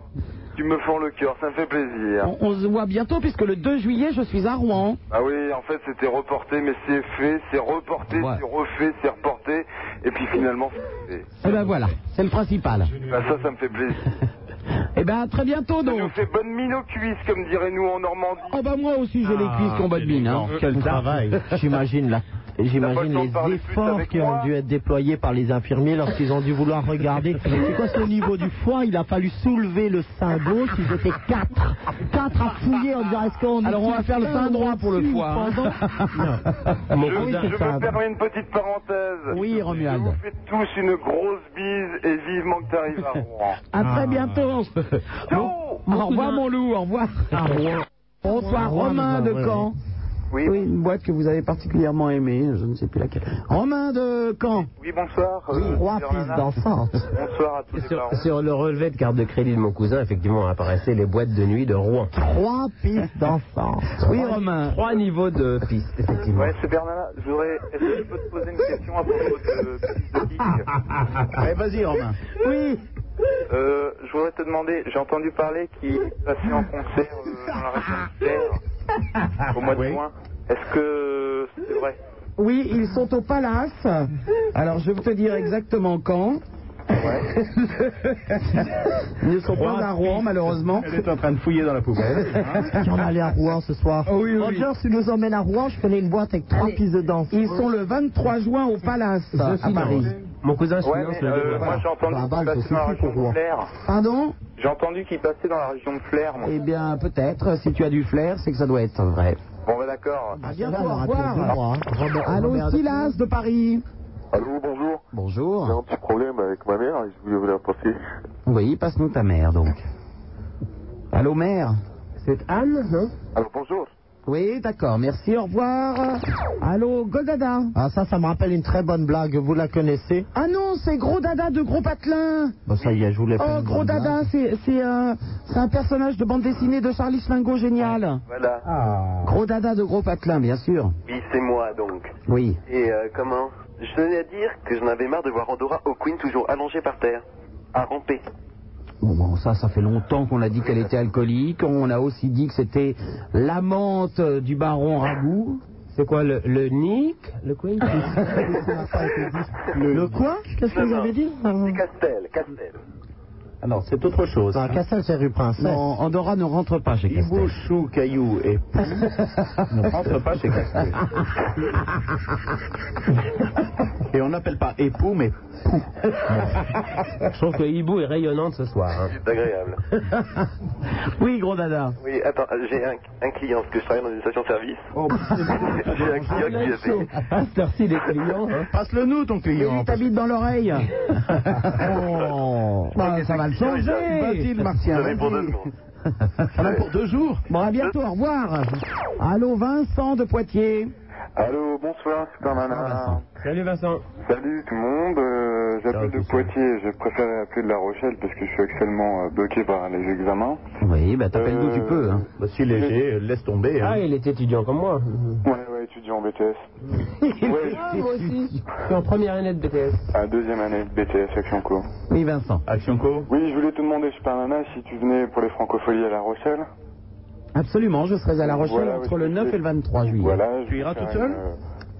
Speaker 7: tu me fends le cœur, ça me fait plaisir.
Speaker 3: On, on se voit bientôt puisque le 2 juillet je suis à Rouen.
Speaker 7: Ah oui, en fait, c'était reporté, mais c'est fait, c'est reporté, c'est refait, c'est reporté, et puis finalement, c'est fait.
Speaker 3: Et ben voilà, c'est le principal.
Speaker 7: Bah, ça, ça me fait plaisir.
Speaker 3: Et ben à très bientôt
Speaker 7: Ça nous
Speaker 3: donc.
Speaker 7: fait bonne mine aux cuisses, comme diraient nous en Normandie.
Speaker 3: Oh ben moi aussi j'ai les cuisses qui ont bonne mine. hein.
Speaker 4: J'imagine la- J'imagine les efforts qui ont dû être déployés par les infirmiers lorsqu'ils ont dû vouloir regarder. C'est quoi ce niveau du foie Il a fallu soulever le sein gauche. Ils étaient quatre. Quatre à fouiller en disant est-ce qu'on
Speaker 3: Alors on va
Speaker 4: tient
Speaker 3: faire le
Speaker 4: un
Speaker 3: sein
Speaker 4: ou
Speaker 3: droit pour le
Speaker 4: dessus
Speaker 3: foie, hein.
Speaker 4: pendant-
Speaker 7: Je,
Speaker 4: Mon cousin,
Speaker 7: je
Speaker 4: c'est ça.
Speaker 7: me permets une petite parenthèse.
Speaker 3: Oui,
Speaker 7: Je
Speaker 3: Romuald.
Speaker 7: vous fais tous une grosse bise et vivement que t'arrives à Rouen. Oh
Speaker 3: À très bientôt. Bon, Ah. au revoir mon loup, au revoir. Bonsoir Romain de Caen.
Speaker 20: Oui.
Speaker 3: une boîte que vous avez particulièrement aimée, je ne sais plus laquelle. Romain de Caen.
Speaker 7: Oui, bonsoir.
Speaker 4: Trois
Speaker 7: fils
Speaker 4: d'enfance.
Speaker 7: Bonsoir à tous les
Speaker 19: Sur,
Speaker 7: parents.
Speaker 19: sur le relevé de carte de crédit de mon cousin, effectivement, apparaissaient les boîtes de nuit de Rouen.
Speaker 4: Trois pistes d'enfance.
Speaker 19: Oui, Romain. Trois niveaux de pistes, effectivement.
Speaker 7: Ouais, c'est Bernard. Je voudrais. Est-ce que je peux te poser une question à propos de prise de pique
Speaker 5: Allez, vas-y, Romain.
Speaker 7: Oui. Euh, je voudrais te demander. J'ai entendu parler qu'il passait en concert euh, dans la région de Terre au mois de juin. Est-ce que c'est vrai
Speaker 3: Oui, ils sont au palace. Alors je vais te dire exactement quand. Ils ne sont pas à Rouen malheureusement.
Speaker 5: Elle est en train de fouiller dans la poubelle. Hein.
Speaker 4: Qui en allait à Rouen ce soir.
Speaker 3: Oh oui, oui, oui.
Speaker 4: Roger, tu nous emmènes à Rouen, je connais une boîte avec trois pistes de danse.
Speaker 3: Ils sont le 23 juin au palace
Speaker 4: à Paris.
Speaker 19: Mon cousin
Speaker 7: Ouais, mais euh, moi j'ai entendu
Speaker 4: Bah,
Speaker 7: qu'il
Speaker 4: balle,
Speaker 7: passait
Speaker 4: c'est
Speaker 7: dans la
Speaker 4: aussi
Speaker 7: région
Speaker 4: pour
Speaker 7: de
Speaker 4: Rouen.
Speaker 7: Flair.
Speaker 3: Pardon
Speaker 7: J'ai entendu qu'il passait dans la région de Flair. moi.
Speaker 3: Eh bien peut-être, si tu as du flair, c'est que ça doit être vrai.
Speaker 7: Bon, bah d'accord.
Speaker 4: Ah,
Speaker 3: À bientôt, au revoir. Allô Silas de Paris.
Speaker 6: Allô, bonjour.
Speaker 3: Bonjour.
Speaker 6: J'ai un petit problème avec ma mère et je voulais vous la passer.
Speaker 3: Oui, passe-nous ta mère donc. Allô mère C'est Anne, non
Speaker 6: Alors, bonjour.
Speaker 3: Oui, d'accord, merci, au revoir. Allô, Godada
Speaker 4: Ah ça, ça me rappelle une très bonne blague, vous la connaissez
Speaker 3: Ah non, c'est Gros Dada de Gros Patelin
Speaker 4: Bah ça y est, je voulais
Speaker 3: Oh, Gros Dada, c'est c'est, euh, c'est un personnage de bande dessinée de Charlie Slingo génial. Ah.
Speaker 7: Voilà.
Speaker 3: Gros Dada de Gros Patelin, bien sûr.
Speaker 7: Oui, c'est moi donc.
Speaker 3: Oui.
Speaker 7: Et euh, comment Je tenais à dire que j'en avais marre de voir Andorra au Queen toujours allongée par terre, à ramper.
Speaker 3: Bon, bon, ça, ça fait longtemps qu'on a dit qu'elle était alcoolique. On a aussi dit que c'était l'amante du baron Ragout.
Speaker 19: C'est quoi, le, le Nick Le Queen
Speaker 4: Le, quoi Qu'est-ce que vous avez dit
Speaker 7: Castel, Castel.
Speaker 5: Alors, c'est autre chose.
Speaker 4: Ah, Cassel, c'est rue Princesse.
Speaker 3: Non, Andorra ne rentre pas chez Castel.
Speaker 5: Hibou, chou, caillou et pou ne rentre pas chez Castel.
Speaker 7: Et on n'appelle pas époux, mais pou.
Speaker 5: Je trouve que Hibou est rayonnante ce soir. hein.
Speaker 21: C'est agréable.
Speaker 3: Oui, gros dada.
Speaker 21: Oui, attends, j'ai un, un client, parce que je travaille dans une station-service. j'ai un client qui a fait...
Speaker 3: Ah, Merci des clients.
Speaker 6: Euh,
Speaker 7: Passe-le nous, ton client.
Speaker 3: Il t'habite dans l'oreille. oh, bah, ça va le changer.
Speaker 7: Vas-y, le martien.
Speaker 3: Vas-y.
Speaker 7: pour deux
Speaker 21: secondes.
Speaker 7: On a pour deux jours.
Speaker 3: Bon, à bientôt, au revoir. Allô, Vincent de Poitiers.
Speaker 6: Allô, bonsoir, Superman.
Speaker 5: Salut Vincent.
Speaker 6: Salut tout le monde, euh, j'appelle de Poitiers, je préférais appeler de La Rochelle parce que je suis actuellement euh, bloqué par les examens.
Speaker 3: Oui, bah t'appelles d'où tu peux. Hein.
Speaker 7: Bah, si léger, euh, laisse tomber. hein.
Speaker 5: Ah, il est étudiant comme moi.
Speaker 6: Ouais, ouais, étudiant en BTS. ouais,
Speaker 5: Ah, moi aussi. Je suis en première année de BTS.
Speaker 6: à deuxième année de BTS Action Co.
Speaker 3: Oui, Vincent.
Speaker 7: Action Co.
Speaker 6: Oui, je voulais te demander, Superman, si tu venais pour les francopholies à La Rochelle.
Speaker 3: Absolument, je serai à La Rochelle
Speaker 6: Voilà,
Speaker 3: entre
Speaker 6: oui,
Speaker 3: le
Speaker 6: je
Speaker 3: 9 et le 23 juillet.
Speaker 6: Voilà, je
Speaker 7: Tu iras
Speaker 6: vais faire
Speaker 7: toute seule
Speaker 6: une, euh,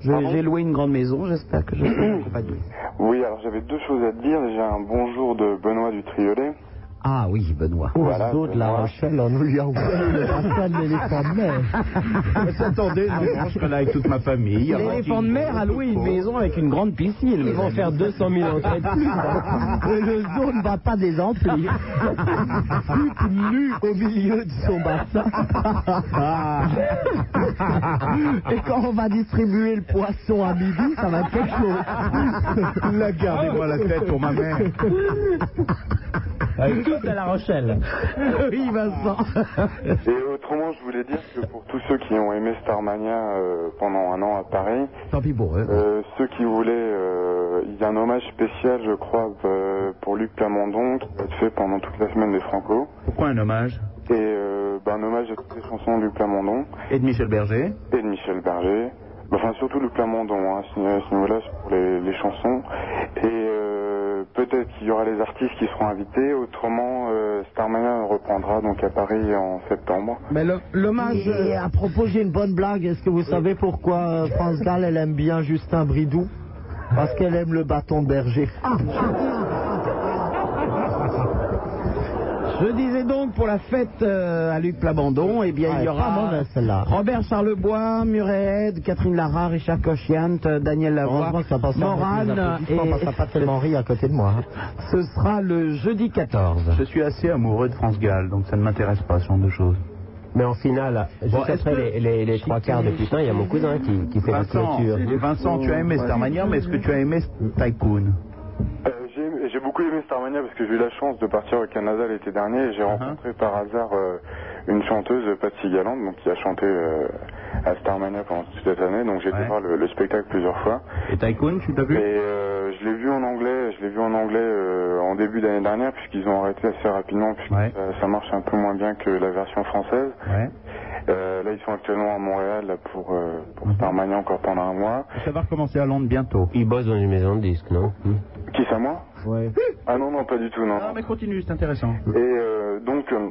Speaker 3: Je-
Speaker 6: pardon
Speaker 3: J'ai loué une grande maison, j'espère que je serai accompagné.
Speaker 6: Oui, alors j'avais deux choses à te dire. Déjà un bonjour de Benoît du Triolet.
Speaker 3: Ah oui, Benoît.
Speaker 6: Voilà,
Speaker 4: Oiseau de la
Speaker 6: Benoît.
Speaker 4: Rochelle, on nous lui a ouvert la salle de l'éléphant de mer.
Speaker 7: Attendez, non, non, je serai là avec toute ma famille.
Speaker 3: L'éléphant de mer a loué une maison avec une grande piscine.
Speaker 5: Ils vont faire 200 000 entrées de plus.
Speaker 4: Et le zoo ne va pas des amplis. Tout nu au milieu de son bassin.
Speaker 3: Ah.
Speaker 4: Et quand on va distribuer le poisson à midi, ça va être quelque chose.
Speaker 7: La gardez-moi la tête pour ma mère.
Speaker 5: Avec tout à La Rochelle.
Speaker 3: Oui, Vincent.
Speaker 6: Et autrement, je voulais dire que pour tous ceux qui ont aimé Starmania euh, pendant un an à Paris,
Speaker 3: Tant pis pour eux.
Speaker 6: euh, ceux qui voulaient, euh, il y a un hommage spécial, je crois, euh, pour Luc Plamondon qui va être fait pendant toute la semaine des Franco.
Speaker 7: Pourquoi un hommage
Speaker 6: Et euh, ben, un hommage à toutes les chansons de Luc Plamondon
Speaker 7: Et de Michel Berger
Speaker 6: et de Michel Berger. Ben, Enfin, surtout Luc Plamondon, hein, à ce à ce niveau-là, c'est pour les, les chansons. Et euh, peut-être qu'il y aura les artistes qui seront invités, autrement, euh, Starmania reprendra donc à Paris en septembre.
Speaker 3: Mais le- l'hommage.
Speaker 4: Et à propos, j'ai une bonne blague. Est-ce que vous savez pourquoi euh, France Gall, elle aime bien Justin Bridou Parce qu'elle aime le bâton de berger.
Speaker 3: Je disais donc pour la fête euh, à Luc Plamondon, eh bien
Speaker 4: Ah,
Speaker 3: il y
Speaker 4: elle est pas
Speaker 3: aura
Speaker 4: mauvaise, celle-là.
Speaker 3: Robert Charlebois, Murray Head, Catherine Lara, Richard Cochiant, euh, Daniel Lavoie,
Speaker 4: Heureusement que ça passe
Speaker 3: Morane, et
Speaker 4: ça pas tellement ri à côté de moi. hein.
Speaker 3: ce sera le jeudi 14.
Speaker 7: Je suis assez amoureux de France Gall, donc ça ne m'intéresse pas ce genre de choses.
Speaker 5: Mais en finale, juste
Speaker 7: Bon, est-ce
Speaker 5: après
Speaker 7: que-
Speaker 5: les, les- les trois quarts de putain, il y a mon cousin qui, qui fait la
Speaker 7: Vincent,
Speaker 5: clôture.
Speaker 7: Vincent, tu as aimé Starmania, mais est-ce que tu as aimé Tycoon
Speaker 6: Euh, j'ai j'ai beaucoup aimé Starmania parce que j'ai eu la chance de partir au Canada l'été dernier et j'ai
Speaker 7: Uh-huh.
Speaker 6: rencontré par hasard euh, une chanteuse, Patsy Galante, donc, qui a chanté euh, à Starmania pendant toute cette année. Donc j'ai
Speaker 7: Ouais.
Speaker 6: été voir le, le spectacle plusieurs fois.
Speaker 7: Et Tycoon, tu l'as
Speaker 6: Et
Speaker 7: vu
Speaker 6: euh, je l'ai vu en anglais, je l'ai vu en anglais euh, en début d'année dernière puisqu'ils ont arrêté assez rapidement puisque
Speaker 7: Ouais.
Speaker 6: ça, ça marche un peu moins bien que la version française.
Speaker 7: Ouais.
Speaker 6: Euh, là ils sont actuellement à Montréal là, pour, euh, pour Starmania encore pendant un mois.
Speaker 7: Mhm. Ça va recommencer à Londres bientôt.
Speaker 5: Il bosse dans une maison de disques, non Hmm.
Speaker 6: Qui ça moi Ah non non pas du tout non.
Speaker 7: mais continue, c'est intéressant.
Speaker 6: Et euh, donc, euh,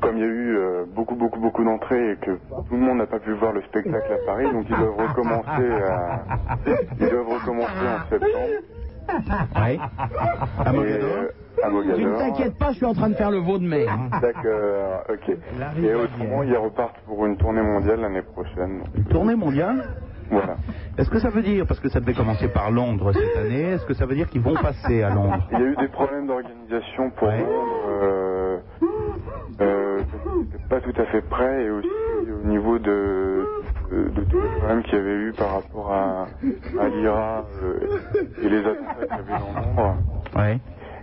Speaker 6: comme il y a eu euh, beaucoup, beaucoup, beaucoup d'entrées et que tout le monde n'a pas pu voir le spectacle à Paris, donc ils doivent recommencer, à... ils doivent recommencer en septembre.
Speaker 7: Ouais. À
Speaker 6: Et,
Speaker 7: Mogador
Speaker 6: euh, à
Speaker 3: Tu ne
Speaker 6: Mogador.
Speaker 3: t'inquiète pas, je suis en train de faire le veau de mer. hein.
Speaker 6: D'accord, ok. Et autrement, ils repartent pour une tournée mondiale l'année prochaine.
Speaker 7: Une tournée mondiale
Speaker 6: Voilà.
Speaker 7: Est-ce que ça veut dire, parce que ça devait commencer par Londres cette année, est-ce que ça veut dire qu'ils vont passer à Londres
Speaker 6: Il y a eu des problèmes d'organisation pour
Speaker 7: Ouais.
Speaker 6: Londres, euh, euh, c'était pas tout à fait prêt et aussi au niveau de, de, de tous les problèmes qu'il y avait eu par rapport à, à l'IRA euh, et les attentats qu'il y avait dans Londres.
Speaker 7: Ouais.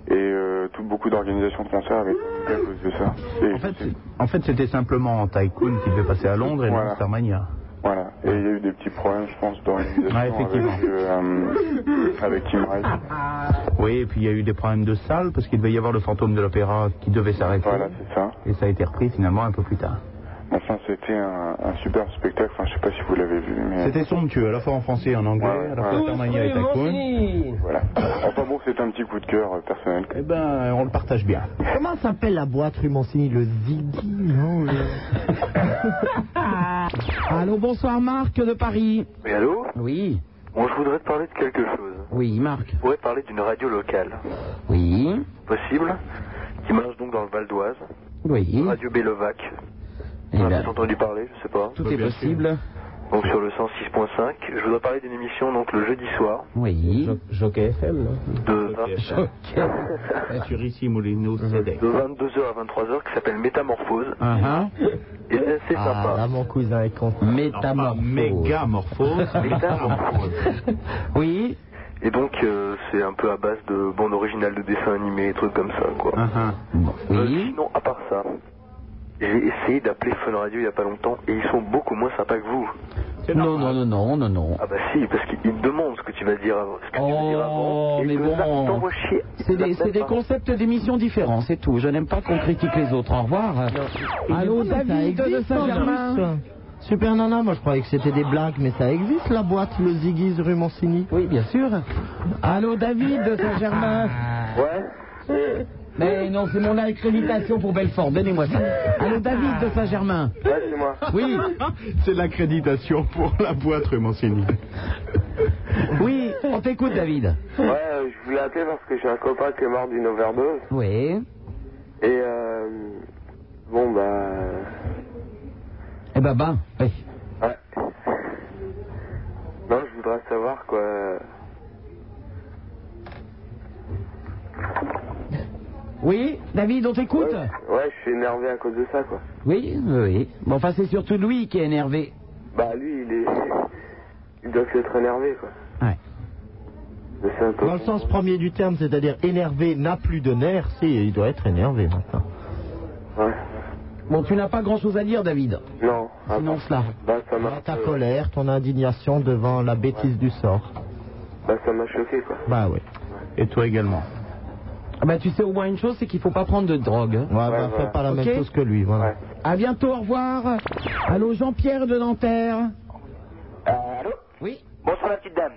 Speaker 6: Et euh, tout, beaucoup d'organisations Oh. de concerts avaient été à cause de ça. Et,
Speaker 7: En fait,
Speaker 6: c'est-
Speaker 7: c'est- en fait, c'était simplement Tycoon qui devait passer à Londres et non
Speaker 6: Voilà.
Speaker 7: Starmania.
Speaker 6: voilà. Et il y a eu des petits problèmes, je pense, d'organisation
Speaker 7: Ouais, effectivement.
Speaker 6: avec, euh, avec Kim Rice.
Speaker 7: Oui, et puis il y a eu des problèmes de salle parce qu'il devait y avoir le fantôme de l'opéra qui devait s'arrêter.
Speaker 6: Voilà, c'est ça.
Speaker 7: Et ça a été repris finalement un peu plus tard.
Speaker 6: Enfin, c'était un, un super spectacle. Enfin, je sais pas si vous l'avez vu, mais...
Speaker 7: C'était somptueux, à la fois en français et en anglais,
Speaker 6: Ouais,
Speaker 7: à la fois
Speaker 6: ouais.
Speaker 7: Starmania et Tycoon.
Speaker 6: Voilà. Enfin bon, c'est un petit coup de cœur euh, personnel.
Speaker 7: Eh ben, on le partage bien.
Speaker 4: Comment s'appelle la boîte rue Monsigny Le Ziggy, non le-
Speaker 3: Allô, bonsoir Marc de Paris.
Speaker 21: Mais allô
Speaker 3: Oui,
Speaker 21: Bon, je voudrais te parler de quelque chose.
Speaker 3: oui Marc.
Speaker 21: Je pourrais te parler d'une radio locale,
Speaker 3: Oui,
Speaker 21: possible, qui marche donc dans le Val d'Oise.
Speaker 3: oui.
Speaker 7: Mmh.
Speaker 21: Radio Bélovac.
Speaker 3: Eh
Speaker 21: On a
Speaker 3: ben,
Speaker 21: peut-être entendu parler, je sais pas.
Speaker 3: tout est possible.
Speaker 7: donc sur le 106.5. Je voudrais parler d'une émission donc le jeudi soir
Speaker 3: Oui.
Speaker 10: Jockey FM, non
Speaker 7: de 20
Speaker 5: Sur ici, Moulineau, c'est
Speaker 7: de 22h à 23h qui s'appelle Métamorphose.
Speaker 5: Ah,
Speaker 7: Et
Speaker 3: Eh,
Speaker 7: c'est assez sympa.
Speaker 4: là, mon cousin est content.
Speaker 3: Métamorphose.
Speaker 5: Mégamorphose.
Speaker 7: Métamorphose.
Speaker 3: Oui.
Speaker 7: Et donc euh, c'est un peu à base de bandes originales de dessins animés et trucs comme ça quoi.
Speaker 6: Ah,
Speaker 7: Euh, sinon à part ça, j'ai essayé d'appeler Fun Radio il y a pas longtemps et ils sont beaucoup moins sympas que vous.
Speaker 3: Non, non, non, non, non, non.
Speaker 7: Ah bah si, parce qu'ils ils demandent ce que tu vas dire avant. ce que tu vas dire avant,
Speaker 3: Oh,
Speaker 7: et
Speaker 3: mais
Speaker 7: que ça, ils
Speaker 3: bon.
Speaker 7: t'envoient chier.
Speaker 3: C'est des, c'est des
Speaker 7: Par-
Speaker 3: concepts d'émissions différents, c'est tout. Je n'aime pas qu'on critique les autres. Au revoir. Allô, David de Saint-Germain.
Speaker 4: Super Nana, moi je croyais que c'était des blagues, mais ça existe la boîte, le Ziggy's rue Monsigny
Speaker 3: Oui, bien sûr. Allô, David de Saint-Germain.
Speaker 7: Ouais.
Speaker 3: Mais non, c'est mon accréditation pour Belfort. Donnez-moi ça. Allô, David de Saint-Germain.
Speaker 7: Ouais, c'est moi.
Speaker 3: Oui.
Speaker 5: C'est l'accréditation pour la boîte rue Mancini.
Speaker 3: Oui, on t'écoute, David.
Speaker 22: Ouais, euh, je voulais appeler parce que j'ai un copain qui est mort d'une overdose.
Speaker 3: Oui.
Speaker 22: Et euh, bon, bah.
Speaker 3: Eh ben, ben, oui.
Speaker 22: Ouais. Non, je voudrais savoir quoi.
Speaker 3: Oui, David, on t'écoute.
Speaker 22: Ouais, je suis énervé à cause de ça, quoi.
Speaker 3: Oui, oui. Bon, enfin, c'est surtout lui qui est énervé.
Speaker 22: Bah, lui, il est. Il doit s'être énervé, quoi.
Speaker 3: Ouais.
Speaker 22: Mais c'est un peu.
Speaker 4: Dans le sens premier du terme, c'est-à-dire énervé n'a plus de nerfs, si, il doit être énervé maintenant.
Speaker 22: Ouais.
Speaker 3: Bon, tu n'as pas grand-chose à dire, David.
Speaker 22: Non.
Speaker 3: Sinon, cela.
Speaker 22: Bah, ça m'a.
Speaker 4: Ta
Speaker 5: euh,
Speaker 4: colère, ton indignation devant la bêtise du sort.
Speaker 22: Bah, ça m'a choqué, quoi.
Speaker 4: Bah oui.
Speaker 5: Et toi également.
Speaker 3: Ah ben, tu sais au moins une chose, c'est qu'il faut pas prendre de drogue. hein.
Speaker 4: Ouais, bah, fais pas la
Speaker 3: Ok.
Speaker 4: même chose que lui, voilà.
Speaker 3: À bientôt, au revoir. Allô, Jean-Pierre de Nanterre.
Speaker 17: Allô
Speaker 3: Oui.
Speaker 17: Bonsoir la petite dame.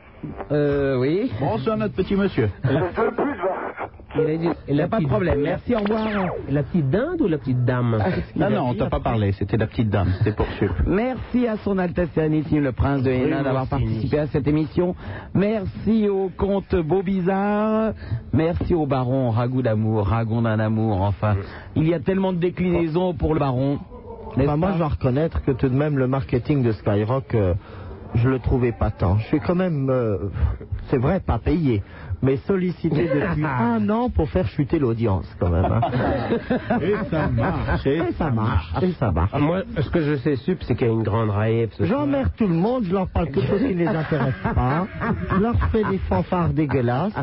Speaker 3: Euh, oui.
Speaker 5: Bonsoir, notre petit monsieur.
Speaker 17: Je veux plus, va.
Speaker 3: Il a, dit- il a pas de problème. Merci, au revoir.
Speaker 10: La petite dinde ou la petite dame
Speaker 5: Ah non, on t'a pas parlé, c'était la petite dame, c'était pour sûr.
Speaker 3: Merci à son Altesse Sérénissime, le prince de Hénin, d'avoir participé à cette émission. Merci au comte Beaubizarre. Merci au baron Ragout d'amour, Ragon d'un amour, enfin. Il y a tellement de déclinaisons pour le baron. n'est-ce
Speaker 4: Bah, moi,
Speaker 3: pas
Speaker 4: je dois reconnaître que tout de même, le marketing de Skyrock, euh, je le trouvais pas tant. Je suis quand même, euh, c'est vrai, pas payé, mais sollicité depuis un an pour faire chuter l'audience, quand même. hein.
Speaker 5: Et ça marche.
Speaker 4: Et ça marche, et ça marche.
Speaker 10: Ah, Moi, ce que je sais, Sup, c'est qu'il y a une grande raille.
Speaker 4: J'emmerde tout le monde, je leur parle que chose qui ne les intéresse pas, je leur fais des fanfares dégueulasses,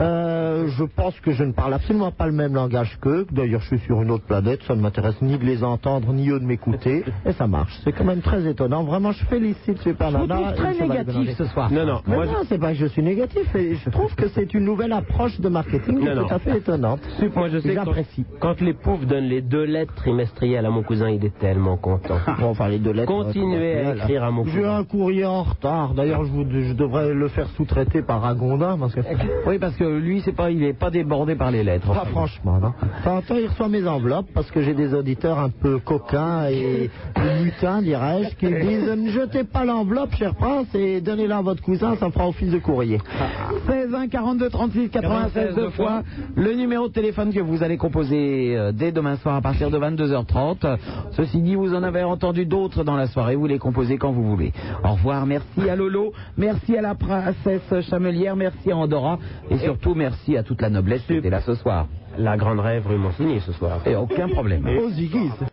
Speaker 4: Euh, je pense que je ne parle absolument pas le même langage qu'eux, que d'ailleurs je suis sur une autre planète, ça ne m'intéresse ni de les entendre, ni eux de m'écouter, et ça marche. C'est quand même très étonnant, vraiment je félicite Super
Speaker 3: Je vous trouve
Speaker 4: Nana. et
Speaker 3: très
Speaker 4: le Chevalier de
Speaker 3: négatif
Speaker 4: Nandé.
Speaker 3: ce soir.
Speaker 10: Non, non,
Speaker 4: Mais
Speaker 10: moi,
Speaker 4: non, c'est pas que je suis négatif, et je trouve que c'est une nouvelle approche de marketing qui
Speaker 10: Non,
Speaker 4: est
Speaker 10: non.
Speaker 4: tout à fait étonnante.
Speaker 10: je, Sup, moi, je sais que quand,
Speaker 4: J'apprécie.
Speaker 10: quand les poufs donnent les deux lettres trimestrielles à mon cousin, il est tellement content.
Speaker 4: Bon, enfin, les deux lettres.
Speaker 10: Continuez
Speaker 4: euh,
Speaker 10: à écrire à mon
Speaker 4: J'ai
Speaker 10: cousin.
Speaker 4: un courrier en retard. D'ailleurs, je, vous- je devrais le faire sous-traiter par Agondin. Parce que...
Speaker 3: Oui, parce que lui, c'est pas, il n'est pas débordé par les lettres.
Speaker 4: Pas franchement, non. Enfin, attends, il reçoit mes enveloppes parce que j'ai des auditeurs un peu coquins et mutins, dirais-je, qui me disent Ne jetez pas l'enveloppe, cher prince, et donnez-la à votre cousin, ça fera office de courrier.
Speaker 3: 16 1 42 36 96 deux fois le numéro de téléphone que vous allez composer euh, dès demain soir à partir de 22h30. Ceci dit, vous en avez entendu d'autres dans la soirée, vous les composez quand vous voulez. Au revoir, merci à Lolo, merci à la princesse Chamelière, merci à Andorra et surtout merci à toute la noblesse qui était là ce soir.
Speaker 10: La grande rêve rue Monsigny ce soir.
Speaker 3: Et aucun problème.
Speaker 4: Aux Ziggy's.